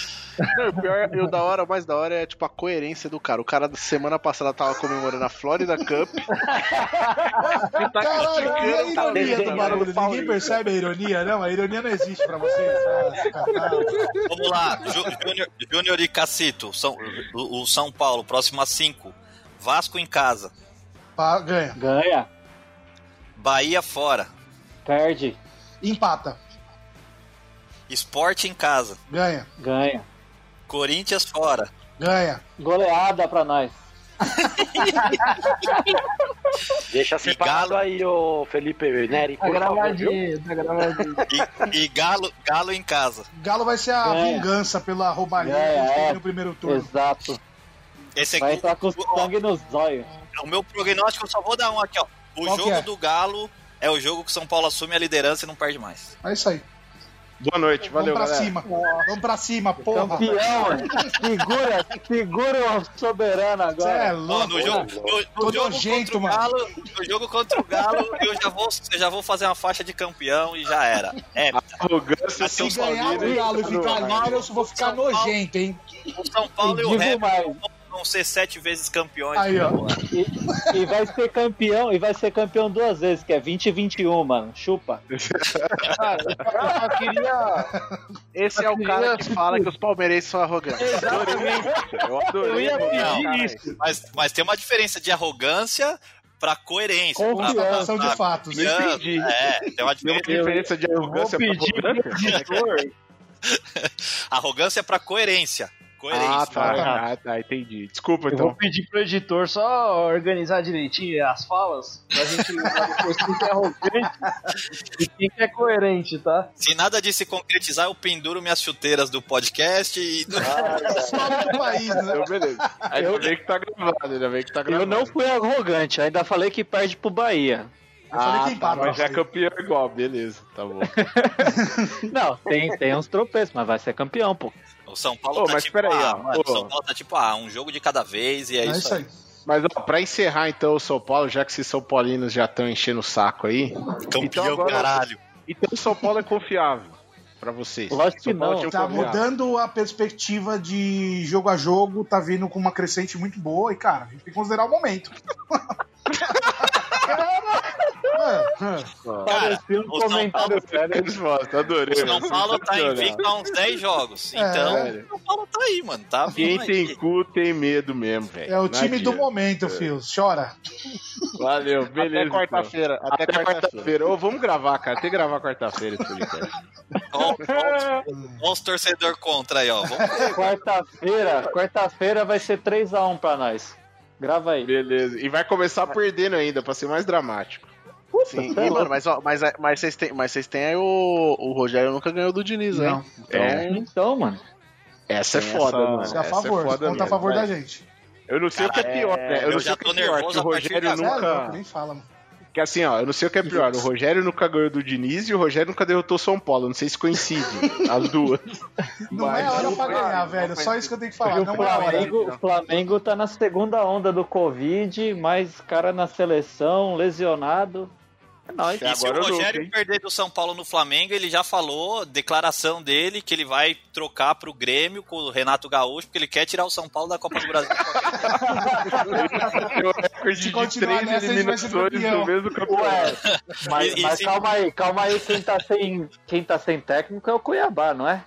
Speaker 7: Não, o pior, e o da hora, o mais da hora é tipo a coerência do cara. O cara da semana passada tava comemorando a Florida Cup. e tá
Speaker 11: Caralho, e a
Speaker 7: criticando tá
Speaker 11: ironia do
Speaker 7: vendo?
Speaker 11: barulho? Ninguém percebe a ironia, não? A ironia não existe pra vocês. Ah, caralho.
Speaker 8: Vamos lá, Ju- Júnior- Júnior e Cacito, São, o, o São Paulo, próximo a 5. Vasco em casa.
Speaker 11: Pá, Ganha.
Speaker 9: Ganha.
Speaker 8: Bahia fora.
Speaker 9: Perde.
Speaker 11: Empata.
Speaker 8: Esporte em casa.
Speaker 11: Ganha.
Speaker 9: Ganha.
Speaker 8: Corinthians fora.
Speaker 11: Ganha.
Speaker 9: Goleada pra nós.
Speaker 13: Deixa separado aí, ô Felipe Neri.
Speaker 4: Tá
Speaker 13: por favor, viu?
Speaker 4: gravadinho, tá gravadinho.
Speaker 8: E, e Galo, Galo em casa.
Speaker 11: Galo vai ser a
Speaker 8: Ganha.
Speaker 11: vingança pela roubalheira que a gente
Speaker 7: é.
Speaker 11: teve no primeiro turno.
Speaker 9: Exato.
Speaker 8: Esse
Speaker 9: Vai entrar com sangue nos olhos.
Speaker 8: O meu prognóstico, eu só vou dar um aqui, ó. O
Speaker 9: Qual que
Speaker 8: jogo
Speaker 9: é?
Speaker 8: do Galo é o jogo que o São Paulo assume a liderança e não perde mais.
Speaker 11: É isso aí.
Speaker 10: Boa noite,
Speaker 11: Vamos
Speaker 10: valeu,
Speaker 11: pra
Speaker 10: galera.
Speaker 11: cima. Vamos pra cima, porra.
Speaker 9: Campeão! segura, segura o soberano agora.
Speaker 11: Cê é
Speaker 8: Ó, no
Speaker 10: né?
Speaker 8: jogo, no- no jogo contra o Galo, no jogo contra o Galo, eu já vou, eu já vou fazer uma faixa de campeão e já era. É. assim
Speaker 10: Arrogância
Speaker 11: Se ganhar do Galo e ficar livre, eu vou ficar nojento, hein?
Speaker 8: O São Paulo e o
Speaker 9: Digo
Speaker 8: Remo
Speaker 9: mais.
Speaker 8: vão ser sete vezes campeões.
Speaker 9: Aí, ó. E vai ser campeão, e vai ser campeão duas vezes, que é 20 e 21, mano. Chupa.
Speaker 7: Cara, eu só queria. Esse é o cara que fala que os palmeirenses são arrogantes. Eu adorei.
Speaker 8: Eu ia pedir
Speaker 7: Não, cara,
Speaker 8: isso. Mas, mas tem uma diferença de arrogância pra coerência.
Speaker 11: Confiança.
Speaker 8: pra-
Speaker 11: Constatação de
Speaker 8: pra-
Speaker 11: fatos.
Speaker 8: confiança.
Speaker 11: Me entendi.
Speaker 8: É, tem uma diferença,
Speaker 10: diferença de arrogância pra arrogância?
Speaker 8: Arrogância pra coerência. Coerência.
Speaker 10: Ah, tá, ah, tá, entendi. Desculpa,
Speaker 4: Eu vou
Speaker 10: então.
Speaker 4: pedir pro editor só organizar direitinho as falas, pra gente lembrar depois quem que é arrogante e quem que é coerente, tá?
Speaker 8: Se nada disso se concretizar, eu penduro minhas chuteiras do podcast e.
Speaker 11: país, né?
Speaker 10: Então, beleza. Ainda bem que tá gravado, ainda bem que tá gravado.
Speaker 9: Eu não fui arrogante, ainda falei que perde pro Bahia.
Speaker 10: Ah, tá, mas é campeão igual, beleza, tá bom.
Speaker 9: Não, tem, tem uns tropeços, mas vai ser campeão, pô.
Speaker 8: O São Paulo
Speaker 10: Ô,
Speaker 8: tá
Speaker 10: mas
Speaker 8: tipo.
Speaker 10: peraí,
Speaker 8: ah,
Speaker 10: ó.
Speaker 8: mano, o
Speaker 10: Ô.
Speaker 8: São Paulo tá tipo, ah, um jogo de cada vez e é, isso aí.
Speaker 10: Mas ó, pra encerrar então o São Paulo, já que esses São Paulinos já estão enchendo o saco aí.
Speaker 8: Campeão, caralho.
Speaker 10: Então o São Paulo é confiável pra vocês. São Paulo é time
Speaker 11: Tá
Speaker 10: confiável.
Speaker 11: mudando a perspectiva de jogo a jogo, tá vindo com uma crescente muito boa e, cara, a gente tem que considerar o momento.
Speaker 8: Cara,
Speaker 9: um
Speaker 8: o São Paulo,
Speaker 10: Resposta, adorei.
Speaker 8: o São Paulo tá invicto há uns 10 jogos. Então,
Speaker 10: É.
Speaker 8: o São Paulo tá aí, mano. Tá
Speaker 10: Quem
Speaker 8: vindo aí.
Speaker 10: tem cu tem medo mesmo, velho.
Speaker 11: É o
Speaker 10: Não
Speaker 11: time do
Speaker 10: adianta.
Speaker 11: momento, Fios. Chora.
Speaker 10: Valeu, beleza.
Speaker 7: Até quarta-feira,
Speaker 10: então.
Speaker 7: até
Speaker 10: Até, quarta-feira. Ô, vamos gravar, cara. Tem que gravar quarta-feira esse podcast.
Speaker 8: Ó, ó, ó os torcedor contra aí, ó. Vamos ver.
Speaker 9: Quarta-feira, quarta-feira vai ser 3x1 pra nós. Grava aí.
Speaker 10: Beleza. E vai começar perdendo ainda, pra ser mais dramático.
Speaker 7: Sim, e, mano, mas, ó, mas, é, mas, vocês têm, mas vocês têm aí o, o Rogério nunca ganhou do Diniz, né?
Speaker 10: Não. É.
Speaker 9: Então, mano.
Speaker 10: Essa é
Speaker 7: Tem essa-
Speaker 10: foda, mano.
Speaker 7: Isso é a
Speaker 10: Essa
Speaker 11: favor,
Speaker 10: foda
Speaker 11: isso conta a
Speaker 10: mesmo,
Speaker 11: favor da
Speaker 10: vai.
Speaker 11: gente.
Speaker 10: Eu não sei o que é
Speaker 11: Cara,
Speaker 10: pior,
Speaker 11: é,
Speaker 10: né? Eu,
Speaker 11: eu já
Speaker 10: não sei o que
Speaker 11: tô
Speaker 10: é pior, que
Speaker 11: nervoso
Speaker 10: o
Speaker 11: a partir
Speaker 10: Rogério
Speaker 11: de agora. É, louco,
Speaker 10: nunca.
Speaker 11: nem fala, mano.
Speaker 10: Que assim, ó, eu não sei o que é pior. O Rogério nunca ganhou do Diniz e o Rogério nunca derrotou o São Paulo. Eu Não sei se coincide as duas.
Speaker 11: Não é hora pra ganhar, velho. Só isso que eu tenho que falar.
Speaker 9: E o
Speaker 11: Não é hora.
Speaker 9: Flamengo, o Flamengo tá na segunda onda do Covid, mais cara na seleção, lesionado. É nóis.
Speaker 8: E se o Rogério perder do São Paulo no Flamengo, ele já falou, declaração dele, que ele vai trocar pro Grêmio com o Renato Gaúcho, porque ele quer tirar o São Paulo da Copa do Brasil.
Speaker 10: Se
Speaker 11: continuar nessa, a gente vai ser campeão.
Speaker 9: Ué, mas,
Speaker 8: E- e
Speaker 9: mas
Speaker 8: se-
Speaker 9: calma aí, calma aí, quem tá, sem, quem tá sem técnico é o Cuiabá, não é?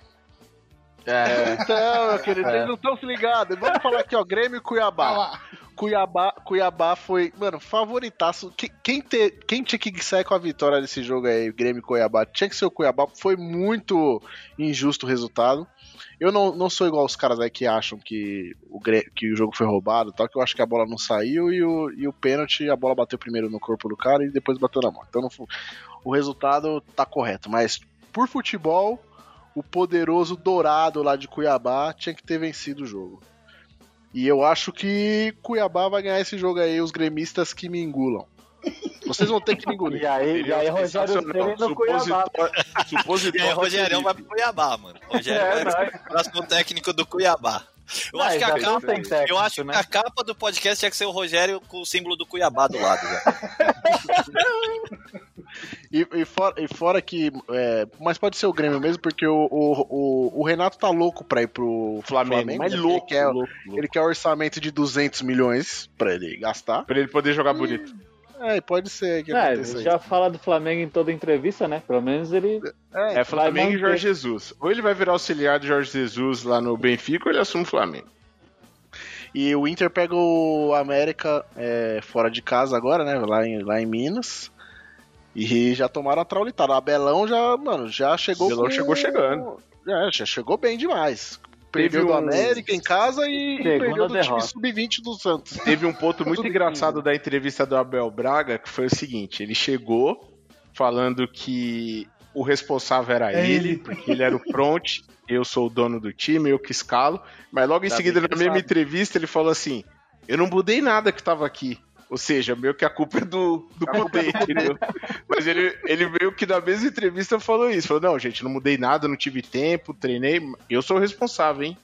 Speaker 7: É. Então, meu querido, vocês não estão se ligados. Vamos falar aqui, ó, Grêmio e
Speaker 11: Olha
Speaker 7: Cuiabá.
Speaker 11: lá.
Speaker 7: Cuiabá, Cuiabá foi, mano, favoritaço. Que- Quem, te- quem tinha que sair com a vitória desse jogo aí, Grêmio e Cuiabá? Tinha que ser o Cuiabá, foi muito injusto o resultado. Eu não, não sou igual os caras aí que acham que o, Grê- que o jogo foi roubado e tal, que eu acho que a bola não saiu e o, e o pênalti, a bola bateu primeiro no corpo do cara e depois bateu na mão. Então não fu- o resultado tá correto, mas por futebol, o poderoso Dourado lá de Cuiabá tinha que ter vencido o jogo. E eu acho que Cuiabá vai ganhar esse jogo aí, os gremistas que me engulam. Vocês vão ter que me engolir.
Speaker 9: E aí, e aí Rogério Ceni no Cuiabá.
Speaker 8: e aí, Rogério é vai pro Cuiabá, mano. Rogério
Speaker 9: É,
Speaker 8: vai pro próximo técnico do Cuiabá. Eu
Speaker 9: Não,
Speaker 8: acho, que a,
Speaker 9: ainda não
Speaker 8: capa,
Speaker 9: tem técnico,
Speaker 8: eu acho que a capa do podcast tinha que ser o Rogério com o símbolo do Cuiabá do lado. Já.
Speaker 7: E, e fora, e fora que. é, mas pode ser o Grêmio mesmo, porque o, o, o- o Renato tá louco pra ir pro Flamengo.
Speaker 10: mas
Speaker 7: né?
Speaker 10: louco,
Speaker 7: ele, quer,
Speaker 10: louco,
Speaker 7: ele quer orçamento de 200 milhões pra ele gastar.
Speaker 10: Pra ele poder jogar bonito.
Speaker 7: É, e pode ser que
Speaker 9: É,
Speaker 7: aconteça
Speaker 9: já fala do Flamengo em toda entrevista, né? Pelo menos ele.
Speaker 10: É,
Speaker 9: vai
Speaker 10: Flamengo e
Speaker 9: manter.
Speaker 10: Jorge Jesus. Ou ele vai virar auxiliar de Jorge Jesus lá no Benfica, ou ele assume o Flamengo.
Speaker 7: E o Inter pega o América é, fora de casa agora, né? Lá em, lá em Minas. E já tomaram a traulitada. A Belão já, mano, já chegou.
Speaker 10: Belão chegou chegando.
Speaker 7: É, já chegou bem demais.
Speaker 10: Teve
Speaker 7: Perdeu do
Speaker 10: um-
Speaker 7: América em casa e, e
Speaker 10: Segunda
Speaker 7: perdeu do time
Speaker 10: derrota.
Speaker 7: sub-20 do Santos.
Speaker 10: Teve um ponto muito engraçado da entrevista do Abel Braga, que foi o seguinte: ele chegou falando que o responsável era
Speaker 7: É
Speaker 10: ele,
Speaker 7: ele.
Speaker 10: porque ele era o front, eu sou o dono do time, eu que escalo. Mas logo em
Speaker 7: Tá
Speaker 10: seguida,
Speaker 7: bem
Speaker 10: na
Speaker 7: que
Speaker 10: mesma
Speaker 7: sabe.
Speaker 10: entrevista, ele falou assim: eu não mudei nada que tava aqui. Ou seja, meio que a culpa é do, do Kudê, entendeu? Mas ele, ele meio que na mesma entrevista falou isso. Falou, não, gente, não mudei nada, não tive tempo, treinei. Eu sou o responsável, hein?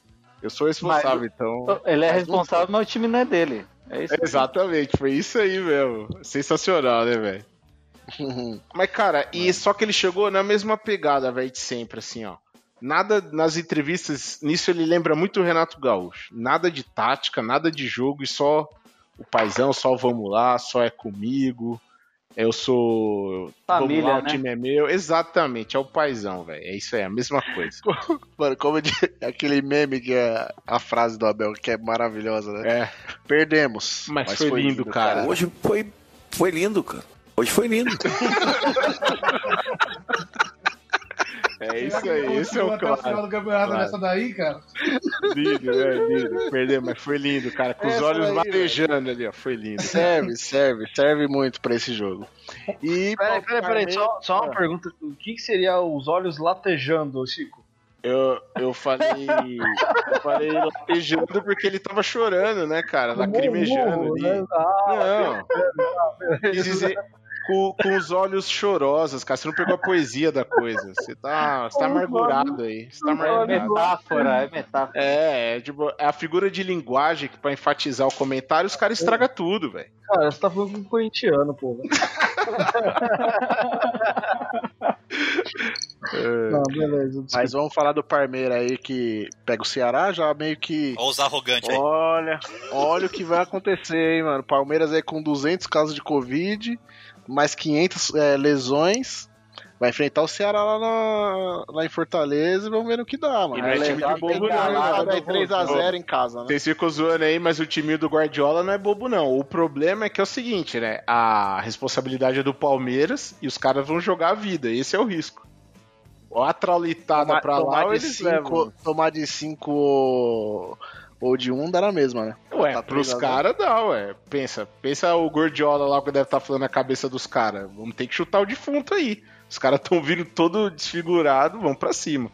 Speaker 10: Eu sou o responsável, então...
Speaker 9: Ele é
Speaker 10: Mas não
Speaker 9: responsável, mas o time não é dele. É isso aí.
Speaker 10: Exatamente, foi isso aí mesmo. Sensacional, né, velho? Mas, cara, e só que ele chegou na mesma pegada, velho, de sempre, assim, ó. Nada nas entrevistas, nisso ele lembra muito o Renato Gaúcho. Nada de tática, nada de jogo, e só o paizão, só o vamos lá, só é comigo. Eu sou.
Speaker 7: Família,
Speaker 10: vamos
Speaker 7: né?
Speaker 10: lá, o time é meu. Exatamente, é o paizão, velho. É isso aí, é a mesma coisa.
Speaker 7: Mano, como de, aquele meme que é a frase do Abel, que é maravilhosa, né?
Speaker 10: É.
Speaker 7: Perdemos.
Speaker 10: Mas foi lindo, cara. Hoje
Speaker 14: foi, foi lindo, cara. Hoje foi lindo.
Speaker 10: É
Speaker 11: Será
Speaker 10: isso
Speaker 11: que ele
Speaker 10: aí, esse é
Speaker 11: continua até
Speaker 10: o
Speaker 11: o final do
Speaker 10: clássico.
Speaker 11: campeonato
Speaker 10: Claro.
Speaker 11: nessa daí, cara?
Speaker 10: Lindo, né? Lindo. Perdeu, mas foi lindo, cara. Com os
Speaker 7: Essa
Speaker 10: olhos
Speaker 7: daí,
Speaker 10: marejando ali, ó. Foi lindo.
Speaker 7: Serve, serve, serve muito pra esse jogo. E
Speaker 4: Peraí, peraí, peraí, só, só uma
Speaker 10: Ah.
Speaker 4: pergunta. O que, que seria os olhos latejando, Chico?
Speaker 10: Eu, eu falei. eu falei latejando porque ele tava chorando, né, cara? Lacrimejando ali. Não. Quis dizer, com, com os olhos chorosos, cara. Você não pegou a poesia da coisa. Você tá, você tá amargurado aí. Você tá amargurado.
Speaker 9: É metáfora, é metáfora.
Speaker 10: É, é, tipo, é a figura de linguagem que pra enfatizar o comentário, os caras estragam tudo, velho.
Speaker 4: Cara, você tá falando com um corintiano, pô. velho.
Speaker 7: Não, beleza. Mas vamos falar do Parmeira aí que pega o Ceará já meio que.
Speaker 8: Olha os arrogantes aí.
Speaker 7: Olha, olha o que vai acontecer, hein, mano. Palmeiras aí com 200 casos de Covid, mais 500 é, lesões. Vai enfrentar o Ceará lá, na- lá em Fortaleza e vamos ver no que dá, mano.
Speaker 10: E não é
Speaker 7: Aí,
Speaker 10: time de né?
Speaker 7: tem
Speaker 10: bobo, não,
Speaker 7: Galhardo
Speaker 10: não,
Speaker 7: aí
Speaker 10: não,
Speaker 7: 3x0
Speaker 10: não.
Speaker 7: em casa, né?
Speaker 10: Vocês ficam zoando aí, mas o time do Guardiola não é bobo, não. O problema é que é o seguinte, né? A responsabilidade é do Palmeiras e os caras vão jogar a vida. Esse é o risco. Ou a traulitada pra lá, ou
Speaker 7: tomar, de
Speaker 10: eles
Speaker 7: cinco,
Speaker 10: levam.
Speaker 7: tomar de 5 ou, ou de 1 um, dá na mesma, né?
Speaker 10: Ué,
Speaker 7: Tá 3
Speaker 10: pros
Speaker 7: a 0.
Speaker 10: caras dá, ué. Pensa, pensa o Guardiola lá que deve estar falando na cabeça dos caras. Vamos ter que chutar o defunto aí. Os caras estão vindo todo desfigurado, vão pra cima.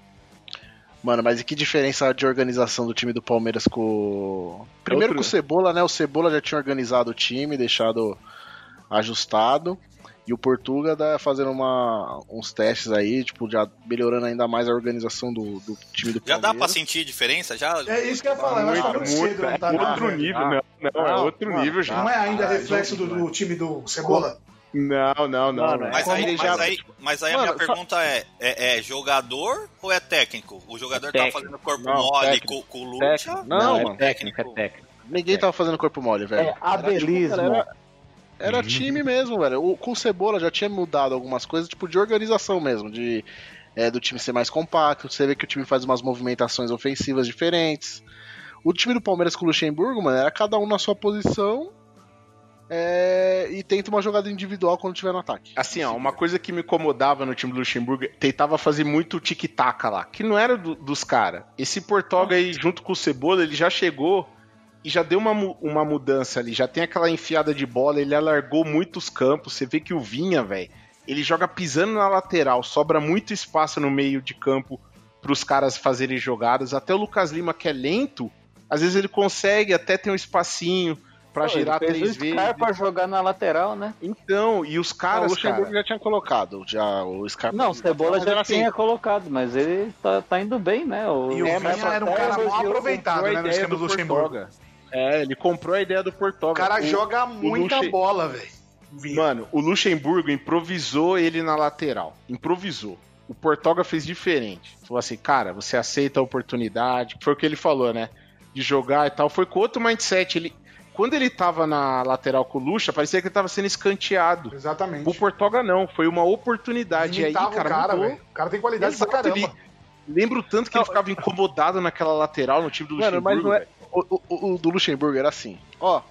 Speaker 7: Mano, mas e que diferença de organização do time do Palmeiras com. Primeiro
Speaker 10: Outro.
Speaker 7: com o Cebola, né? O Cebola já tinha organizado o time, deixado ajustado. E o Portuga tá fazendo uma, uns testes aí, tipo, já melhorando ainda mais a organização do, do time do
Speaker 8: Já
Speaker 7: Palmeiras.
Speaker 8: dá pra sentir diferença? Já?
Speaker 11: É isso que eu ia falar, eu acho que tá muito cedo, não tá
Speaker 10: é
Speaker 11: nada. Não, Não é
Speaker 10: Ah,
Speaker 11: ainda reflexo do, do time do Cebola?
Speaker 10: Não, não, não.
Speaker 11: Mano,
Speaker 10: não.
Speaker 8: Mas aí, mas
Speaker 11: já-
Speaker 8: aí- mas aí a
Speaker 11: Mano,
Speaker 8: minha pergunta é, é: é jogador ou é técnico? O jogador
Speaker 7: Técnico.
Speaker 8: tá fazendo corpo
Speaker 7: Não,
Speaker 8: mole
Speaker 7: técnico.
Speaker 8: com, com luta?
Speaker 7: Técnico. Não, mano.
Speaker 14: técnico, é técnico.
Speaker 7: Ninguém tava fazendo corpo mole, velho.
Speaker 14: É, abelismo.
Speaker 7: Era, tipo, cara, era- era time mesmo, velho. O, com o Cebola já tinha mudado algumas coisas, tipo, de organização mesmo, de é, do time ser mais compacto, você vê que o time faz umas movimentações ofensivas diferentes. O time do Palmeiras com o Luxemburgo, mano, era cada um na sua posição é, e tenta uma jogada individual quando tiver no ataque.
Speaker 10: Assim, ó, uma coisa que me incomodava no time do Luxemburgo, tentava fazer muito tic-tac lá, que não era do- dos caras. Esse Portoga aí, junto com o Cebola, ele já chegou e já deu uma, mu- uma mudança ali, já tem aquela enfiada de bola, ele alargou muitos campos, você vê que o Vinha, velho, ele joga pisando na lateral, sobra muito espaço no meio de campo pros caras fazerem jogadas, até o Lucas Lima, que é lento, às vezes ele consegue até ter um espacinho pra
Speaker 9: Pô,
Speaker 10: girar
Speaker 9: ele fez
Speaker 10: três
Speaker 9: o Scarpa
Speaker 10: vezes.
Speaker 9: jogar na lateral, né?
Speaker 10: Então, e os
Speaker 7: Ah, o
Speaker 10: caras,
Speaker 7: Luxemburgo
Speaker 10: cara-
Speaker 7: já tinha colocado, já o Scarpa.
Speaker 9: Não, o Cebola
Speaker 7: Mas era
Speaker 9: já
Speaker 7: assim,
Speaker 9: tinha colocado, mas ele tá, tá indo bem, né? O
Speaker 7: E o
Speaker 9: Scarpa
Speaker 7: Vinha
Speaker 11: era um cara
Speaker 9: até
Speaker 11: mal
Speaker 9: elogiou-
Speaker 11: aproveitado,
Speaker 9: comprou a
Speaker 11: né, no
Speaker 9: ideia
Speaker 11: esquema do Luxemburgo.
Speaker 10: É, ele comprou a ideia do Portoga.
Speaker 11: O cara joga muita
Speaker 10: Luxe-
Speaker 11: bola, velho.
Speaker 10: Mano, o Luxemburgo improvisou ele na lateral. Improvisou. O Portoga fez diferente. Falou assim, cara, você aceita a oportunidade. Foi o que ele falou, né? De jogar e tal. Foi com outro mindset. Ele, quando ele tava na lateral com o Luxa, parecia que ele tava sendo escanteado.
Speaker 11: Exatamente.
Speaker 10: O Portoga não. Foi uma oportunidade. E aí,
Speaker 11: Limitava o
Speaker 10: cara,
Speaker 11: cara,
Speaker 10: mudou.
Speaker 11: velho. O cara tem qualidade pra
Speaker 10: Exato,
Speaker 11: caramba.
Speaker 10: Ele, lembro tanto que ele ficava incomodado naquela lateral no time do
Speaker 7: Mano,
Speaker 10: Luxemburgo.
Speaker 7: mas não é.
Speaker 10: velho.
Speaker 7: O, o- o do Luxemburgo era assim: ó,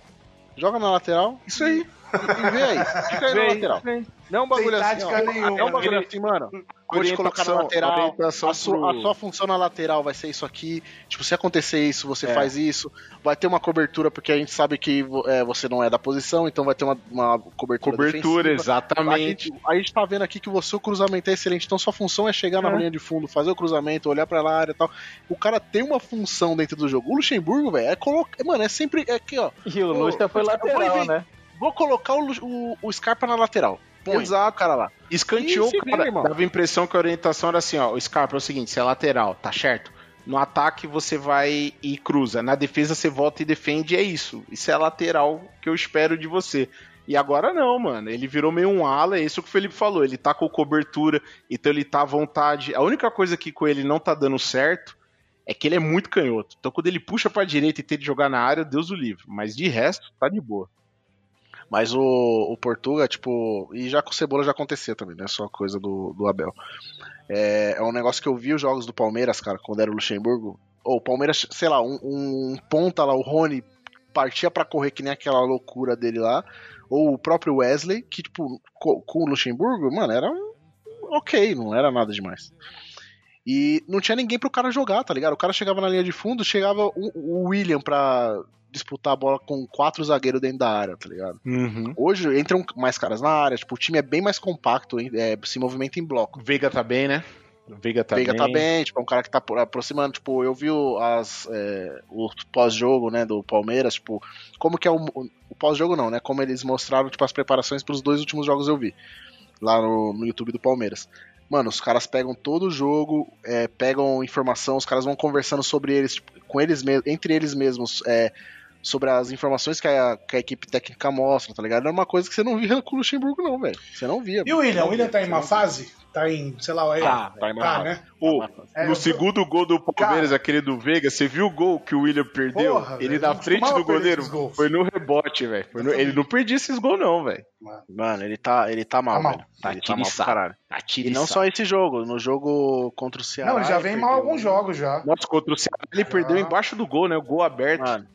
Speaker 7: joga na lateral. Isso aí. E vê aí. Fica aí
Speaker 10: Vê
Speaker 7: na
Speaker 10: aí,
Speaker 7: lateral.
Speaker 10: vê aí.
Speaker 7: Não é um bagulho
Speaker 10: Sem
Speaker 7: assim.
Speaker 10: tática
Speaker 7: ó.
Speaker 10: nenhuma.
Speaker 7: É um bagulho
Speaker 10: Ele-
Speaker 7: assim, mano. Vou te colocar na lateral.
Speaker 10: orientação
Speaker 7: A sua,
Speaker 10: pro-
Speaker 7: a sua função na lateral vai ser isso aqui. Tipo, se acontecer isso, você
Speaker 10: É.
Speaker 7: faz isso. Vai ter uma cobertura, porque a gente sabe que vo- é, você não é da posição, então vai ter uma, uma cobertura.
Speaker 10: Cobertura,
Speaker 7: defensiva.
Speaker 10: exatamente.
Speaker 7: A gente, a gente tá vendo aqui que o seu cruzamento é excelente, então sua função é chegar na
Speaker 10: É.
Speaker 7: linha de fundo, fazer o cruzamento, olhar pra área e tal. O cara tem uma função dentro do jogo. O Luxemburgo, velho, é colocar. Mano, é sempre. É aqui, ó.
Speaker 9: E o Lustra foi lateral, né?
Speaker 7: Vou colocar o, Lu- o, o Scarpa na lateral. Põe
Speaker 10: Exato.
Speaker 7: o cara lá.
Speaker 10: Escanteou,
Speaker 7: E se
Speaker 10: o cara.
Speaker 7: vira, irmão.
Speaker 10: Dava a impressão que a orientação era assim, ó. O Scarpa é o seguinte, você é lateral, tá certo? No ataque você vai e cruza. Na defesa você volta e defende, é isso. Isso é lateral que eu espero de você. E agora não, mano. Ele virou meio um ala, é isso que o Felipe falou. Ele tá com cobertura, então ele tá à vontade. A única coisa que com ele não tá dando certo é que ele é muito canhoto. Então quando ele puxa pra direita e tenta jogar na área, Deus o livre. Mas de resto, tá de boa.
Speaker 7: Mas o, o Portuga, tipo, e já com o Cebola já acontecia também, né? Só coisa do, do Abel. É, é um negócio que eu vi os jogos do Palmeiras, cara, quando era o Luxemburgo. Ou o Palmeiras, sei lá, um, um ponta lá, o Rony partia pra correr que nem aquela loucura dele lá. Ou o próprio Wesley, que, tipo, co- com o Luxemburgo, mano, era um. Ok, não era nada demais. E não tinha ninguém pro cara jogar, tá ligado? O cara chegava na linha de fundo, chegava o, o William pra disputar a bola com quatro zagueiros dentro da área, tá ligado? Hoje entram mais caras na área, tipo, o time é bem mais compacto, é, se movimenta em bloco.
Speaker 10: Veiga tá bem, né? Veiga tá
Speaker 7: Veiga
Speaker 10: bem.
Speaker 7: tá bem, tipo, é um cara que tá por- aproximando, tipo, eu vi o- as, é, o pós-jogo, né, do Palmeiras, tipo, como que é o, o pós-jogo não, né, como eles mostraram, tipo, as preparações pros dois últimos jogos eu vi, lá no, no YouTube do Palmeiras. Mano, os caras pegam todo o jogo, é, pegam informação, os caras vão conversando sobre eles, tipo, com eles mesmos, entre eles mesmos, é, sobre as informações que a, que a equipe técnica mostra, tá ligado? Era uma coisa que você não via com o Luxemburgo não, velho, você não via.
Speaker 11: E o William? O William tá em má fase? Tá em, sei lá, aí,
Speaker 10: Tá, tá em má fase.
Speaker 11: né?
Speaker 10: Pô,
Speaker 11: É,
Speaker 10: no
Speaker 11: eu-
Speaker 10: segundo gol do Palmeiras, aquele do Veiga, você viu o gol que o William perdeu?
Speaker 11: Porra,
Speaker 10: ele
Speaker 11: velho,
Speaker 10: na
Speaker 11: eu
Speaker 10: frente
Speaker 11: costumava
Speaker 10: do
Speaker 11: perder
Speaker 10: goleiro
Speaker 11: esses gols.
Speaker 10: foi no rebote, velho. Foi no- Ele não perdia esses gols, não, velho.
Speaker 7: Mano, ele tá, ele tá mal,
Speaker 10: Tá mal.
Speaker 7: velho.
Speaker 10: Tá
Speaker 7: ele tá mal pra
Speaker 10: atiçado.
Speaker 7: caralho. E
Speaker 10: Tá
Speaker 7: não
Speaker 10: atiçado.
Speaker 7: só esse jogo, no jogo contra o Ceará. um
Speaker 11: Não, ele já vem mal
Speaker 7: perdeu.
Speaker 11: alguns jogos já.
Speaker 10: Nossa, contra o Ceará, ele perdeu embaixo do gol, né? O gol aberto. Mano,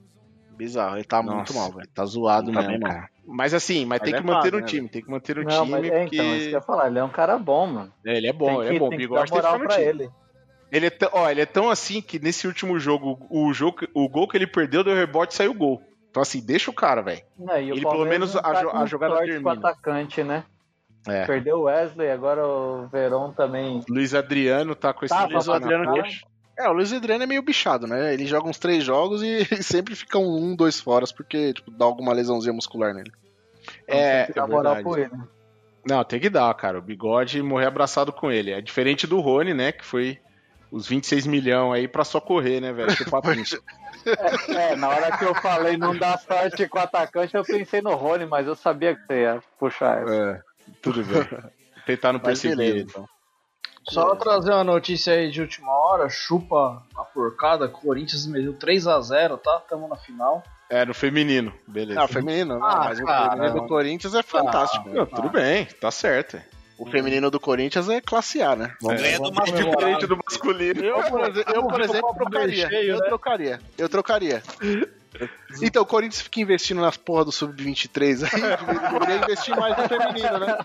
Speaker 7: bizarro. Ele tá
Speaker 10: muito mal,
Speaker 7: velho.
Speaker 10: Tá zoado
Speaker 7: Tá
Speaker 10: mesmo,
Speaker 7: bem mal.
Speaker 10: cara. Mas assim, mas,
Speaker 7: Mas
Speaker 10: tem
Speaker 7: é
Speaker 10: que manter
Speaker 7: fase,
Speaker 10: o
Speaker 7: né,
Speaker 10: time,
Speaker 7: velho?
Speaker 10: tem que manter o
Speaker 9: Não,
Speaker 10: time.
Speaker 9: mas é, então, isso que eu ia falar, ele é um cara bom, mano.
Speaker 10: É, ele é bom,
Speaker 9: Tem
Speaker 10: ele
Speaker 9: que-
Speaker 10: é bom.
Speaker 9: tem que
Speaker 10: Bigode
Speaker 9: dar
Speaker 10: tem que
Speaker 9: moral
Speaker 10: ficar no
Speaker 9: pra
Speaker 10: time.
Speaker 9: ele.
Speaker 10: Ele é tão, ó, ele é tão assim que nesse último jogo, o, jogo, o gol que ele perdeu deu rebote e saiu gol. Então assim, deixa o cara, velho.
Speaker 9: Não, É, e o
Speaker 10: Ele, pelo
Speaker 9: Palmeiras
Speaker 10: menos,
Speaker 9: não
Speaker 10: a
Speaker 9: tá
Speaker 10: jo-
Speaker 9: com
Speaker 10: a jogada
Speaker 9: sorte
Speaker 10: termina.
Speaker 9: com o atacante, né?
Speaker 10: É.
Speaker 9: Perdeu o Wesley, agora o Verón também.
Speaker 10: Luiz Adriano tá com esse
Speaker 9: Tá,
Speaker 10: negócio
Speaker 9: o Luiz
Speaker 10: na
Speaker 9: Adriano
Speaker 10: coxa.
Speaker 9: tá-
Speaker 7: É, o Luiz Adriano é meio bichado, né? Ele joga uns três jogos e sempre fica um, dois foras, porque tipo, dá alguma lesãozinha muscular nele.
Speaker 10: É,
Speaker 7: tem que dar moral pro ele.
Speaker 10: Não, tem que dar, cara. O bigode morrer abraçado com ele. É diferente do Rony, né? Que foi os 26 milhões aí pra só correr, né, velho? Chupar pinto.
Speaker 9: É, na hora que eu falei não dá sorte com o atacante, eu pensei no Rony, mas eu sabia que você ia puxar essa.
Speaker 10: É, tudo bem. Tentar não
Speaker 9: Mas
Speaker 10: perseguir
Speaker 9: beleza,
Speaker 10: ele. Então.
Speaker 4: Só trazer uma notícia aí de última hora, chupa a porcada, Corinthians meteu 3x0, tá? Tamo na final.
Speaker 10: É, no feminino. Beleza.
Speaker 7: Ah, feminino, não,
Speaker 4: Ah,
Speaker 7: mas o
Speaker 4: cara,
Speaker 7: feminino do
Speaker 4: não.
Speaker 7: Corinthians é fantástico.
Speaker 10: Ah, não, tudo bem, tá certo.
Speaker 7: O feminino do Corinthians é classe A, né?
Speaker 10: Ganha do mais diferente do masculino.
Speaker 7: Eu, por, exe- eu, por exemplo, trocaria. eu trocaria. Eu trocaria. né? Então, o Corinthians fica investindo nas porra do Sub-23 aí. É, Deveria investir mais no feminino, né?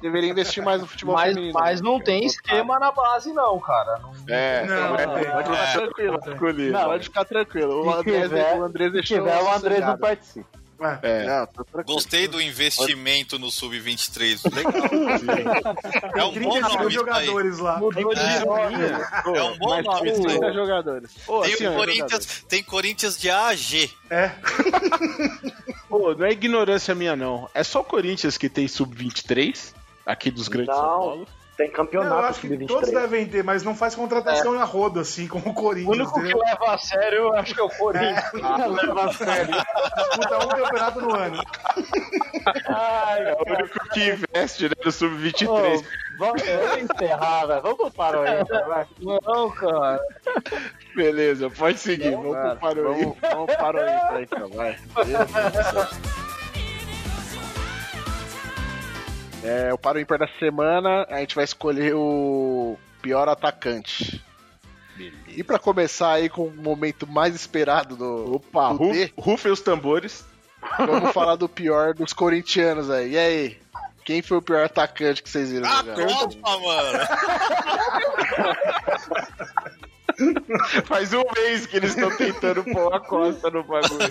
Speaker 7: Deveria investir mais no futebol
Speaker 4: Mas,
Speaker 7: feminino.
Speaker 4: mas não tem esquema na base, não, cara. Não-
Speaker 10: É,
Speaker 4: Não,
Speaker 7: pode,
Speaker 4: não,
Speaker 7: pode
Speaker 4: é.
Speaker 7: ficar tranquilo.
Speaker 10: Masculino.
Speaker 7: Não, é pode ficar tranquilo. O
Speaker 9: Se
Speaker 7: Andrés,
Speaker 9: tiver-
Speaker 7: o Andrés
Speaker 9: se
Speaker 7: deixou
Speaker 9: tiver, o Andrés
Speaker 7: sossegado.
Speaker 9: não participa.
Speaker 10: É.
Speaker 7: Não, tá tranquilo.
Speaker 8: Gostei do investimento no Sub-23. Legal. é um bom
Speaker 15: 30
Speaker 8: nome isso aí.
Speaker 15: jogadores lá.
Speaker 9: É.
Speaker 8: Mudou de nome. É um bom
Speaker 15: Mas
Speaker 8: nome isso aí. é
Speaker 7: 30 jogadores.
Speaker 15: Ô,
Speaker 8: tem,
Speaker 15: assim,
Speaker 8: o
Speaker 15: ó,
Speaker 8: Corinthians, tem Corinthians de A a G.
Speaker 11: É.
Speaker 10: Pô, não é ignorância minha, não. É só o Corinthians que tem sub-23 aqui dos grandes São Paulo.
Speaker 13: Tem campeonato
Speaker 11: eu acho que
Speaker 13: sub-23.
Speaker 11: todos devem ter, mas não faz contratação na roda, assim, como o Corinthians. O único
Speaker 4: É. que leva a sério, eu acho que é o Corinthians.
Speaker 11: leva a sério. Disputa um campeonato no ano.
Speaker 10: É o único que investe né, no Sub-23.
Speaker 9: Vamos encerrar, velho. Vamos para aí. vai.
Speaker 4: Não, cara.
Speaker 10: Beleza, pode seguir.
Speaker 7: Não,
Speaker 10: vamos
Speaker 7: cara,
Speaker 10: pro Paroí.
Speaker 7: vamos-
Speaker 11: é-
Speaker 7: vamos pro Paroí, pra então, vai. É, o Paro Ímpar da semana, a gente vai escolher o pior atacante. E pra começar aí com o momento mais esperado do. Opa,
Speaker 10: ruf- rufem os tambores.
Speaker 7: Vamos falar do pior dos corintianos aí. E aí? Quem foi o pior atacante que vocês viram?
Speaker 8: Ah,
Speaker 7: jogar?
Speaker 8: Copa, mano.
Speaker 10: Faz um mês que eles estão tentando pôr a costa no bagulho.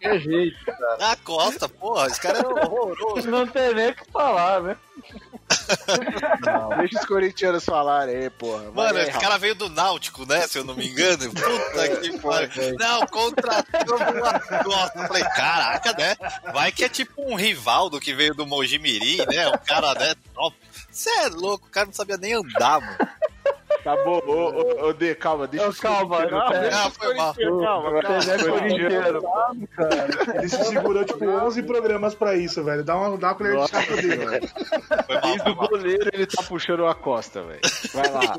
Speaker 4: Que jeito, cara.
Speaker 8: Na Costa, porra, esse cara é horroroso.
Speaker 9: Não tem nem o que falar, né?
Speaker 7: Deixa os corintianos falarem aí, porra. Vai
Speaker 8: Mano,
Speaker 10: é
Speaker 7: aí,
Speaker 8: esse
Speaker 7: Rafa.
Speaker 8: cara veio do Náutico, né? Se eu não me engano. Puta que pariu. Não, contratou uma costa. Falei, caraca, né? Vai que é tipo um Rivaldo que veio do Mojimirim, né? Um cara, né? Top. Você é louco, o cara não sabia nem andar, mano.
Speaker 10: Tá bom, ô, ô, ô D, calma, deixa os
Speaker 9: calma,
Speaker 10: corintianos-
Speaker 8: não,
Speaker 10: deixa os
Speaker 8: Ah, foi mal.
Speaker 10: corintianos, Calma, calma.
Speaker 11: Você é
Speaker 10: os corintianos.
Speaker 11: Ele se segurou, tipo, 11 programas pra isso, velho. Dá uma, dá uma colher de
Speaker 10: Nossa
Speaker 11: chá pro dedo.
Speaker 10: Senhora. Desde o goleiro ele tá puxando a costa, velho. Vai lá.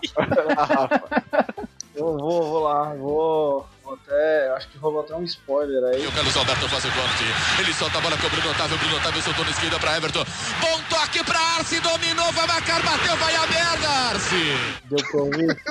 Speaker 4: Eu vou, vou lá, vou, vou até. Acho que roubou até um spoiler aí.
Speaker 15: O Carlos Alberto faz o corte. Ele solta a bola com o Bruno Otávio. Bruno Otávio soltou na esquerda pra Everton. Bom toque pra Arce. Dominou, vai marcar, bateu, vai a merda, Arce.
Speaker 4: Deu pra ouvir?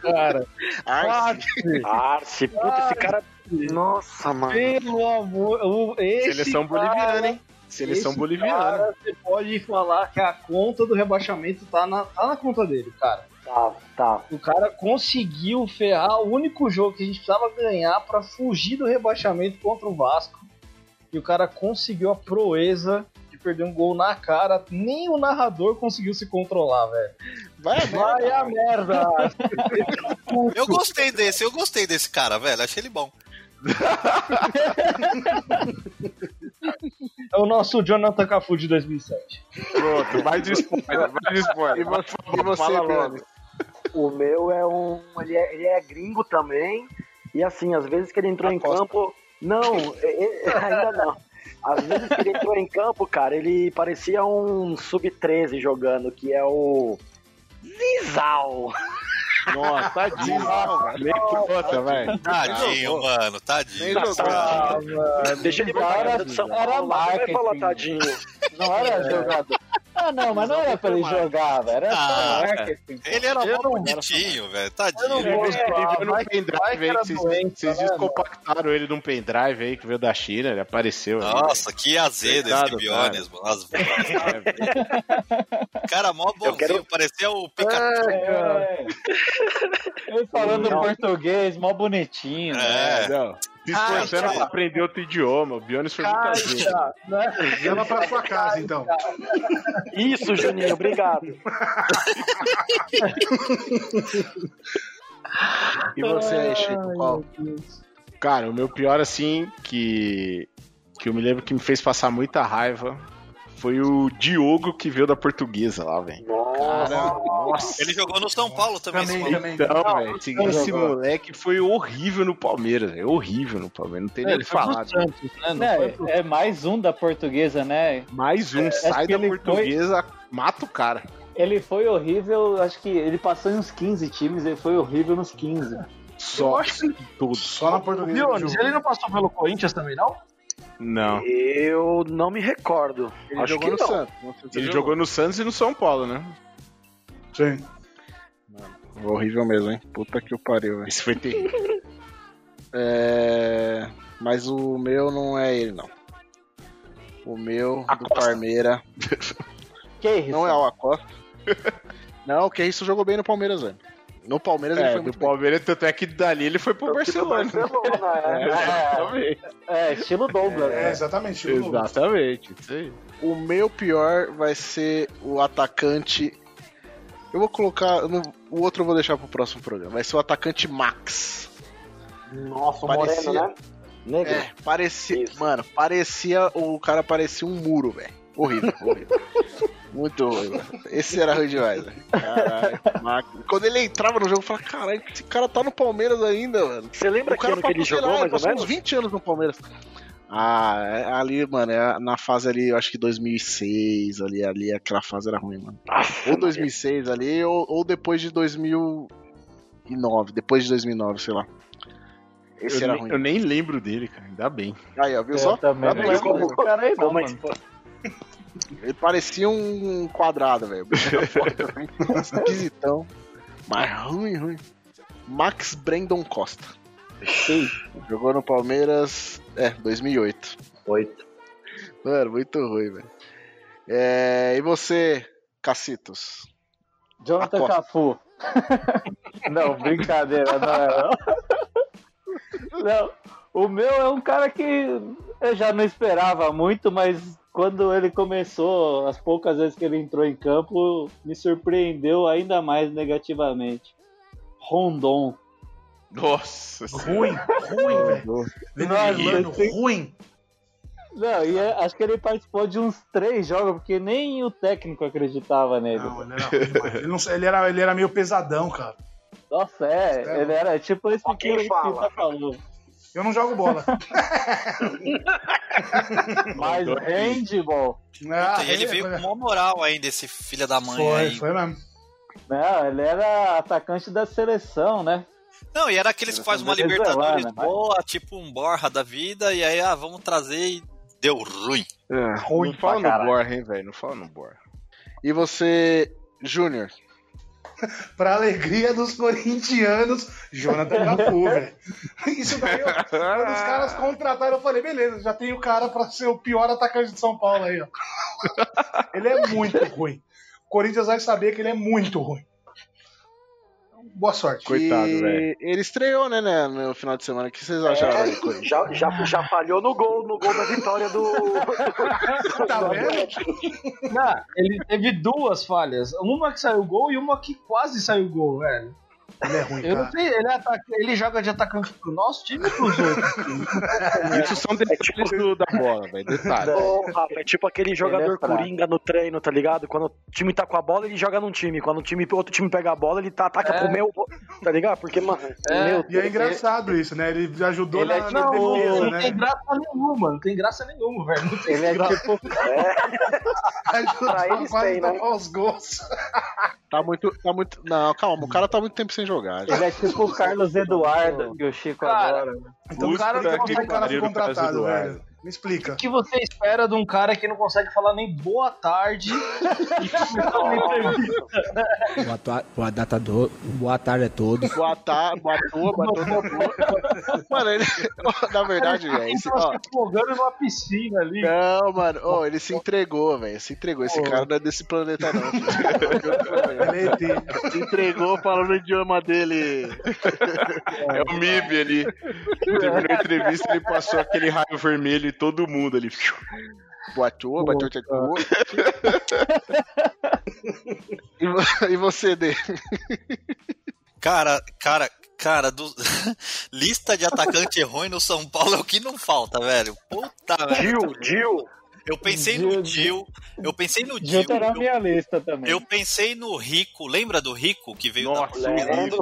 Speaker 4: Cara. Arce.
Speaker 13: Arce, puta, esse cara. Nossa, mano.
Speaker 4: Pelo amor. o- Esse
Speaker 10: Seleção
Speaker 4: cara-
Speaker 10: boliviana, hein? Seleção
Speaker 4: esse
Speaker 10: boliviana.
Speaker 4: cara, você pode falar que a conta do rebaixamento tá na, tá na conta dele, cara.
Speaker 13: Tá, tá.
Speaker 4: O cara conseguiu ferrar o único jogo que a gente precisava ganhar pra fugir do rebaixamento contra o Vasco. E o cara conseguiu a proeza de perder um gol na cara. Nem o narrador conseguiu se controlar, velho.
Speaker 7: Vai,
Speaker 4: Vai a merda!
Speaker 8: Eu gostei desse, eu gostei desse cara, velho. Achei ele bom.
Speaker 4: É o nosso Jonathan Cafu de 2007.
Speaker 10: Pronto, mais de spoiler, mais de spoiler.
Speaker 7: E você, e você, Bruno?
Speaker 13: O meu é um. Ele é, ele é gringo também. E assim, às vezes que ele entrou em campo. Não, e- e- ainda não. Às vezes que ele entrou em campo, cara, ele parecia um sub-13 jogando, que é o. Zizal!
Speaker 10: Nossa, tadinho. Nem conta, velho.
Speaker 8: Tadinho, mano, tadinho.
Speaker 13: Ah,
Speaker 12: Deixa ele
Speaker 9: Era-
Speaker 12: parar de São
Speaker 9: era
Speaker 12: Paulo, lá, você vai
Speaker 9: marketing.
Speaker 12: falar, tadinho.
Speaker 9: Não era
Speaker 10: É.
Speaker 9: jogador. Ah, não, mas não era pra ele jogar, velho. Era
Speaker 8: Ah,
Speaker 9: só
Speaker 8: cara.
Speaker 10: é.
Speaker 9: marketing.
Speaker 8: ele era
Speaker 9: Eu
Speaker 8: mó
Speaker 9: não-
Speaker 8: bonitinho, velho. Tadinho.
Speaker 10: Ele veio no pendrive aí, que vocês, vocês descompactaram ele num pendrive aí que veio da China, ele apareceu. aí.
Speaker 8: Nossa, que azedo esse
Speaker 10: Coitado,
Speaker 8: Biones, mano. As cara, é mó bonzinho. Parecia o Pikachu.
Speaker 9: É, cara. Ele falando
Speaker 10: Não.
Speaker 9: português, mó bonitinho. né?
Speaker 10: É. Não, se esforçando pra aprender outro idioma. O Bionis foi muito azedo.
Speaker 11: Leva pra sua casa, então.
Speaker 13: Isso, Juninho, obrigado.
Speaker 10: E você aí, Chico, qual? Cara, o meu pior, assim, que, que eu me lembro que me fez passar muita raiva foi o Diogo que veio da portuguesa lá, velho. Nossa.
Speaker 8: Ele jogou no São Paulo também. esse maluco.
Speaker 10: Então, velho, esse, esse moleque foi horrível no Palmeiras, velho. horrível no Palmeiras, não tem nem o que falar. velho.
Speaker 9: Né, É mais um da portuguesa, né?
Speaker 10: Mais um, sai da portuguesa, mata o cara.
Speaker 9: Ele foi horrível, acho que ele passou em uns 15 times, ele foi horrível nos 15.
Speaker 10: Só, tudo.
Speaker 11: Só na portuguesa.
Speaker 4: Bionis, ele não passou pelo Corinthians também, não?
Speaker 10: Não.
Speaker 13: Eu não me recordo.
Speaker 10: Ele
Speaker 13: Acho
Speaker 10: jogou
Speaker 13: que
Speaker 10: no
Speaker 13: não.
Speaker 10: Santos. Ele jogou no Santos e no São Paulo, né?
Speaker 11: Sim.
Speaker 7: Horrível mesmo, hein? Puta que o pariu, velho.
Speaker 10: Isso foi terrível.
Speaker 7: É... Mas o meu não é ele, não. O meu, do Parmeira.
Speaker 9: Que isso?
Speaker 7: Não é o Acosta. não, o que isso jogou bem no Palmeiras, velho. No Palmeiras ele
Speaker 10: É,
Speaker 7: foi
Speaker 10: do
Speaker 7: muito
Speaker 10: Palmeiras, tanto é que dali ele foi pro Barcelona. É,
Speaker 9: é, é, estilo Douglas.
Speaker 11: É, exatamente. o-
Speaker 10: Exatamente, isso aí.
Speaker 7: O meu pior vai ser o atacante. Eu vou colocar. eu não- o outro eu vou deixar pro próximo programa. Vai ser o atacante Max.
Speaker 13: Nossa,
Speaker 7: o Moreno, né? É, parecia. Mano, parecia. O cara parecia um muro, velho. Horrível, horrível. Muito ruim, mano. Esse era ruim demais, velho. Caralho, máquina. Quando ele entrava no jogo, eu falava, caralho, esse cara tá no Palmeiras ainda, mano. Tipo,
Speaker 12: Você lembra
Speaker 7: o cara
Speaker 12: que ano que ele
Speaker 7: passou, sei
Speaker 12: jogou, mais ou
Speaker 7: passou
Speaker 12: menos?
Speaker 7: uns 20 anos no Palmeiras. Ah, é- ali, mano, é na fase ali, eu acho que 2006, ali, ali, aquela fase era ruim, mano. ou 2006 ali, ou, ou depois de 2009, depois de 2009, sei lá. Esse
Speaker 10: eu,
Speaker 7: era
Speaker 10: nem,
Speaker 7: ruim.
Speaker 10: eu nem lembro dele, cara. Ainda bem.
Speaker 7: Aí,
Speaker 9: É.
Speaker 7: ó, viu só?
Speaker 10: também
Speaker 7: Eu não
Speaker 10: não
Speaker 7: lembro
Speaker 10: lembro
Speaker 7: dele.
Speaker 10: desse cara aí, não,
Speaker 7: Calma aí,
Speaker 10: mano.
Speaker 7: pô. Ele parecia um quadrado, velho. né? Esquisitão. Mas ruim, ruim. Max Brandon Costa. Jogou no Palmeiras, é, 2008. Oito. Mano, muito ruim, velho. É, e você, Cacitos?
Speaker 9: Jonathan
Speaker 7: Acosta.
Speaker 9: Cafu. não, brincadeira, não é não. Não, o meu é um cara que eu já não esperava muito, mas quando ele começou, as poucas vezes que ele entrou em campo, me surpreendeu ainda mais negativamente. Rondon.
Speaker 10: Nossa.
Speaker 9: Ruim, ruim, velho.
Speaker 16: Venezuelano,
Speaker 9: ruim. Não, e é- acho que ele participou de uns três jogos, porque nem o técnico acreditava nele.
Speaker 11: Ele, não- ele era, ele era meio pesadão, cara.
Speaker 9: Nossa, é, ele era tipo esse que o Pita falou.
Speaker 11: Eu não jogo bola.
Speaker 9: Mas handball.
Speaker 8: Puta,
Speaker 11: É,
Speaker 8: e ele
Speaker 11: Ah,
Speaker 8: veio com mó moral ainda, esse filho da mãe aí.
Speaker 11: mesmo.
Speaker 9: Não, ele era atacante da seleção, né?
Speaker 8: Não, e era aqueles que faz uma
Speaker 9: Venezuelana,
Speaker 8: Libertadores
Speaker 9: né?
Speaker 8: boa, tipo um borra da vida, e aí, ah, vamos trazer e deu ruim.
Speaker 10: não fala no Borra, hein, velho. Não fala no Borra.
Speaker 7: E você, Júnior?
Speaker 11: Pra alegria dos corintianos, Jonathan Cafu, velho. Isso daí, ó, quando os caras contrataram, eu falei, beleza, já tem o cara pra ser o pior atacante de São Paulo aí, ó. Ele é muito ruim. O Corinthians vai saber que ele é muito ruim. Boa sorte.
Speaker 7: E Ele estreou, né, né, no final de semana. O que vocês acharam? aí, Corinthians?
Speaker 13: já, já, já falhou no gol, no gol da vitória do.
Speaker 4: Tá vendo? Não, ele teve duas falhas. Uma que saiu gol e uma que quase saiu gol, velho.
Speaker 11: Ele é ruim,
Speaker 4: Eu não sei, ele, é ataca- ele joga de atacante pro nosso time e pros outros.
Speaker 10: Isso são detalhes do- da bola, velho. Detalhe.
Speaker 12: Ô, É tipo Rafa, é tipo aquele jogador
Speaker 10: é fraco.
Speaker 12: coringa no treino, tá ligado? Quando o time tá com a bola, ele joga num time. Quando o time, outro time pega a bola, ele tá, ataca
Speaker 11: É.
Speaker 12: pro meu. Tá ligado? Porque, mano. meu
Speaker 11: e
Speaker 12: Deus,
Speaker 11: é engraçado isso, né? Ele ajudou
Speaker 4: Ele é
Speaker 11: na,
Speaker 4: tipo,
Speaker 11: na defesa,
Speaker 4: não
Speaker 11: né?
Speaker 4: tem graça nenhuma, não tem graça nenhuma, velho. Não tem
Speaker 11: Ele é
Speaker 4: graça.
Speaker 11: tipo- Ajudou
Speaker 4: Pra eles
Speaker 11: quase
Speaker 4: tem, né?
Speaker 11: tapar os gols.
Speaker 7: Tá muito, tá muito. Não, calma, o cara tá muito tempo sem jogar. já.
Speaker 9: Ele é tipo o Carlos Eduardo que o Chico adora.
Speaker 11: Então o cara
Speaker 4: Puta
Speaker 11: não
Speaker 4: que
Speaker 11: consegue cara foi
Speaker 4: pariu,
Speaker 11: contratado,
Speaker 4: Carlos
Speaker 11: velho.
Speaker 4: Eduardo.
Speaker 11: Me explica.
Speaker 4: O que você espera de um cara que não consegue falar nem boa tarde e começar uma entrevista?
Speaker 2: Boa, ta- boa data do- boa tarde a todos.
Speaker 7: Boa tarde, boa toa, boa toa, boa toa. Mano, ele. Na verdade, velho. esse- ó,
Speaker 4: se afogando numa piscina ali.
Speaker 7: Não, mano. Ô, ele se entregou, velho. Se entregou. Esse cara não é desse planeta, não. filho. se entregou falando o idioma dele. né?
Speaker 10: É o Mib ali. Terminou a entrevista, ele passou aquele raio vermelho e todo mundo ali.
Speaker 7: Boa toa, boa toa, boa E, vo- e você, Dê?
Speaker 8: Cara, cara, cara, do... lista de atacante ruim no São Paulo é o que não falta, velho. Puta, velho.
Speaker 12: Gil, Gil.
Speaker 8: Eu pensei no Gil, eu pensei no Gil,
Speaker 9: Gil tá na minha lista também.
Speaker 8: eu pensei no Rico, lembra do Rico que veio da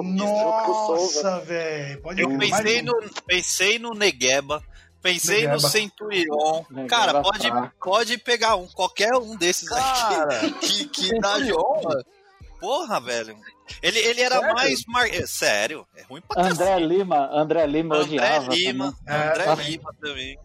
Speaker 11: Nossa, velho. Pode
Speaker 8: Eu
Speaker 11: ir,
Speaker 8: pensei
Speaker 11: mais um.
Speaker 8: no, pensei no Negueba, pensei no
Speaker 11: Negueba.
Speaker 8: Centurion.
Speaker 11: Negueba
Speaker 8: cara, pode,
Speaker 11: fraco.
Speaker 8: pode pegar um, qualquer um desses
Speaker 11: Cara.
Speaker 8: aqui que, que dá jogo. Porra, velho. Ele, ele era
Speaker 9: Sério?
Speaker 8: mais. Mar... é, Sério, é ruim pra
Speaker 9: André Lima, André Lima
Speaker 8: André
Speaker 9: odiava.
Speaker 8: Lima,
Speaker 11: É.
Speaker 9: também. É,
Speaker 8: André
Speaker 9: Nossa,
Speaker 8: Lima também.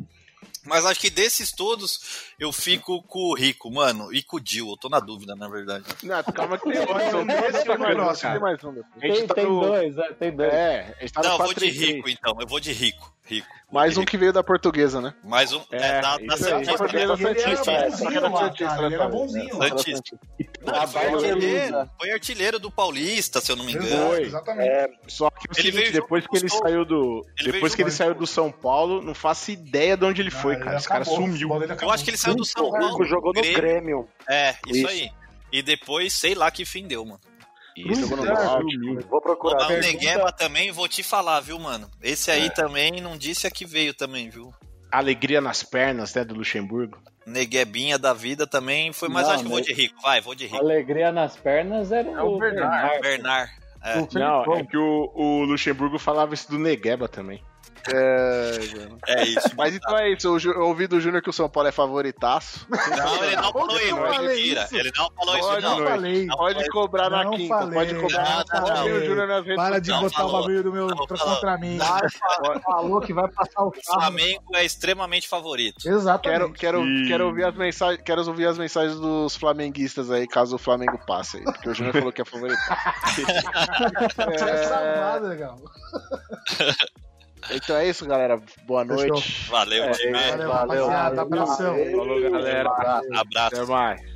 Speaker 8: Mas acho que desses todos eu fico com o Rico, mano, e com o Gil. Eu tô na dúvida, na verdade.
Speaker 10: Não, calma que tem
Speaker 8: mais um.
Speaker 10: Esse é o
Speaker 8: Tem
Speaker 10: próximo.
Speaker 8: cara.
Speaker 10: Tem mais um. depois. A
Speaker 8: Tem-
Speaker 10: gente tá
Speaker 8: tem
Speaker 10: no-
Speaker 9: dois, é, tem dois.
Speaker 10: É, a gente tá
Speaker 8: Não,
Speaker 10: no
Speaker 8: eu vou de
Speaker 10: 4-3-3.
Speaker 8: Rico, então. Eu vou de Rico. Rico.
Speaker 7: Mais um que veio da portuguesa, né?
Speaker 8: Mais um. É, da, da
Speaker 7: isso aí.
Speaker 8: Santista.
Speaker 7: Ele era Santista, é. Só que era Santista, né,
Speaker 8: Ele era
Speaker 7: Paulo?
Speaker 8: bonzinho.
Speaker 7: É.
Speaker 8: Santista. Não,
Speaker 7: A
Speaker 8: ele foi,
Speaker 7: Barba
Speaker 8: artilheiro,
Speaker 7: Lusa.
Speaker 8: foi artilheiro do Paulista, se eu não me engano.
Speaker 10: Foi. Só que é o
Speaker 8: Ele veio
Speaker 10: seguinte, depois que ele saiu do.
Speaker 8: Ele
Speaker 10: depois
Speaker 8: veio
Speaker 10: que ele
Speaker 8: junto.
Speaker 10: saiu do São Paulo, não faço ideia de onde ele
Speaker 11: Ah,
Speaker 10: foi, cara. Esse cara sumiu.
Speaker 8: Eu acho que ele saiu do São Paulo. pro É, isso,
Speaker 10: Isso.
Speaker 8: aí. E depois, sei lá que fim deu, mano.
Speaker 10: Isso, jogou no Náutico.
Speaker 13: Vou
Speaker 8: Pô,
Speaker 13: procurar.
Speaker 8: mas o Negueba também, vou te falar, viu, mano? Esse aí também não disse a que veio também, viu?
Speaker 10: alegria nas pernas, né, do Luxemburgo.
Speaker 8: Neguebinha da vida também foi, mas
Speaker 10: Não,
Speaker 8: acho que eu vou
Speaker 10: mas-
Speaker 8: de rico, vai, vou de rico.
Speaker 9: Alegria nas pernas era o, Bernardo.
Speaker 8: Bernard. É.
Speaker 10: Não, é que o, o Luxemburgo falava isso do Negueba também.
Speaker 7: É,
Speaker 8: é isso.
Speaker 7: Mas então é isso. Eu, ju- eu ouvi do Júnior que o São Paulo é favoritaço.
Speaker 8: Não, ele não falou isso, mentira. Ele não falou isso,
Speaker 7: Pode,
Speaker 8: não.
Speaker 7: não falei.
Speaker 8: Não
Speaker 7: Pode
Speaker 8: falou isso.
Speaker 7: cobrar na quinta, pode cobrar.
Speaker 8: Não, não, não.
Speaker 11: Para de
Speaker 8: Não
Speaker 11: botar
Speaker 8: falou.
Speaker 11: o bagulho do meu pra, contra mim.
Speaker 4: Falou que vai passar o
Speaker 8: O Flamengo é extremamente favorito.
Speaker 7: Quero, quero, quero, ouvir as mensagens, quero ouvir as mensagens dos flamenguistas aí, caso o Flamengo passe aí. Porque o Júnior falou que é favorito.
Speaker 11: É salvado, legal.
Speaker 7: Então é isso, galera. Boa
Speaker 11: Fechou.
Speaker 7: noite.
Speaker 8: Valeu,
Speaker 7: É,
Speaker 8: time.
Speaker 7: Valeu, rapaziada. Abração.
Speaker 8: Falou, galera. Abraço.
Speaker 10: Até mais.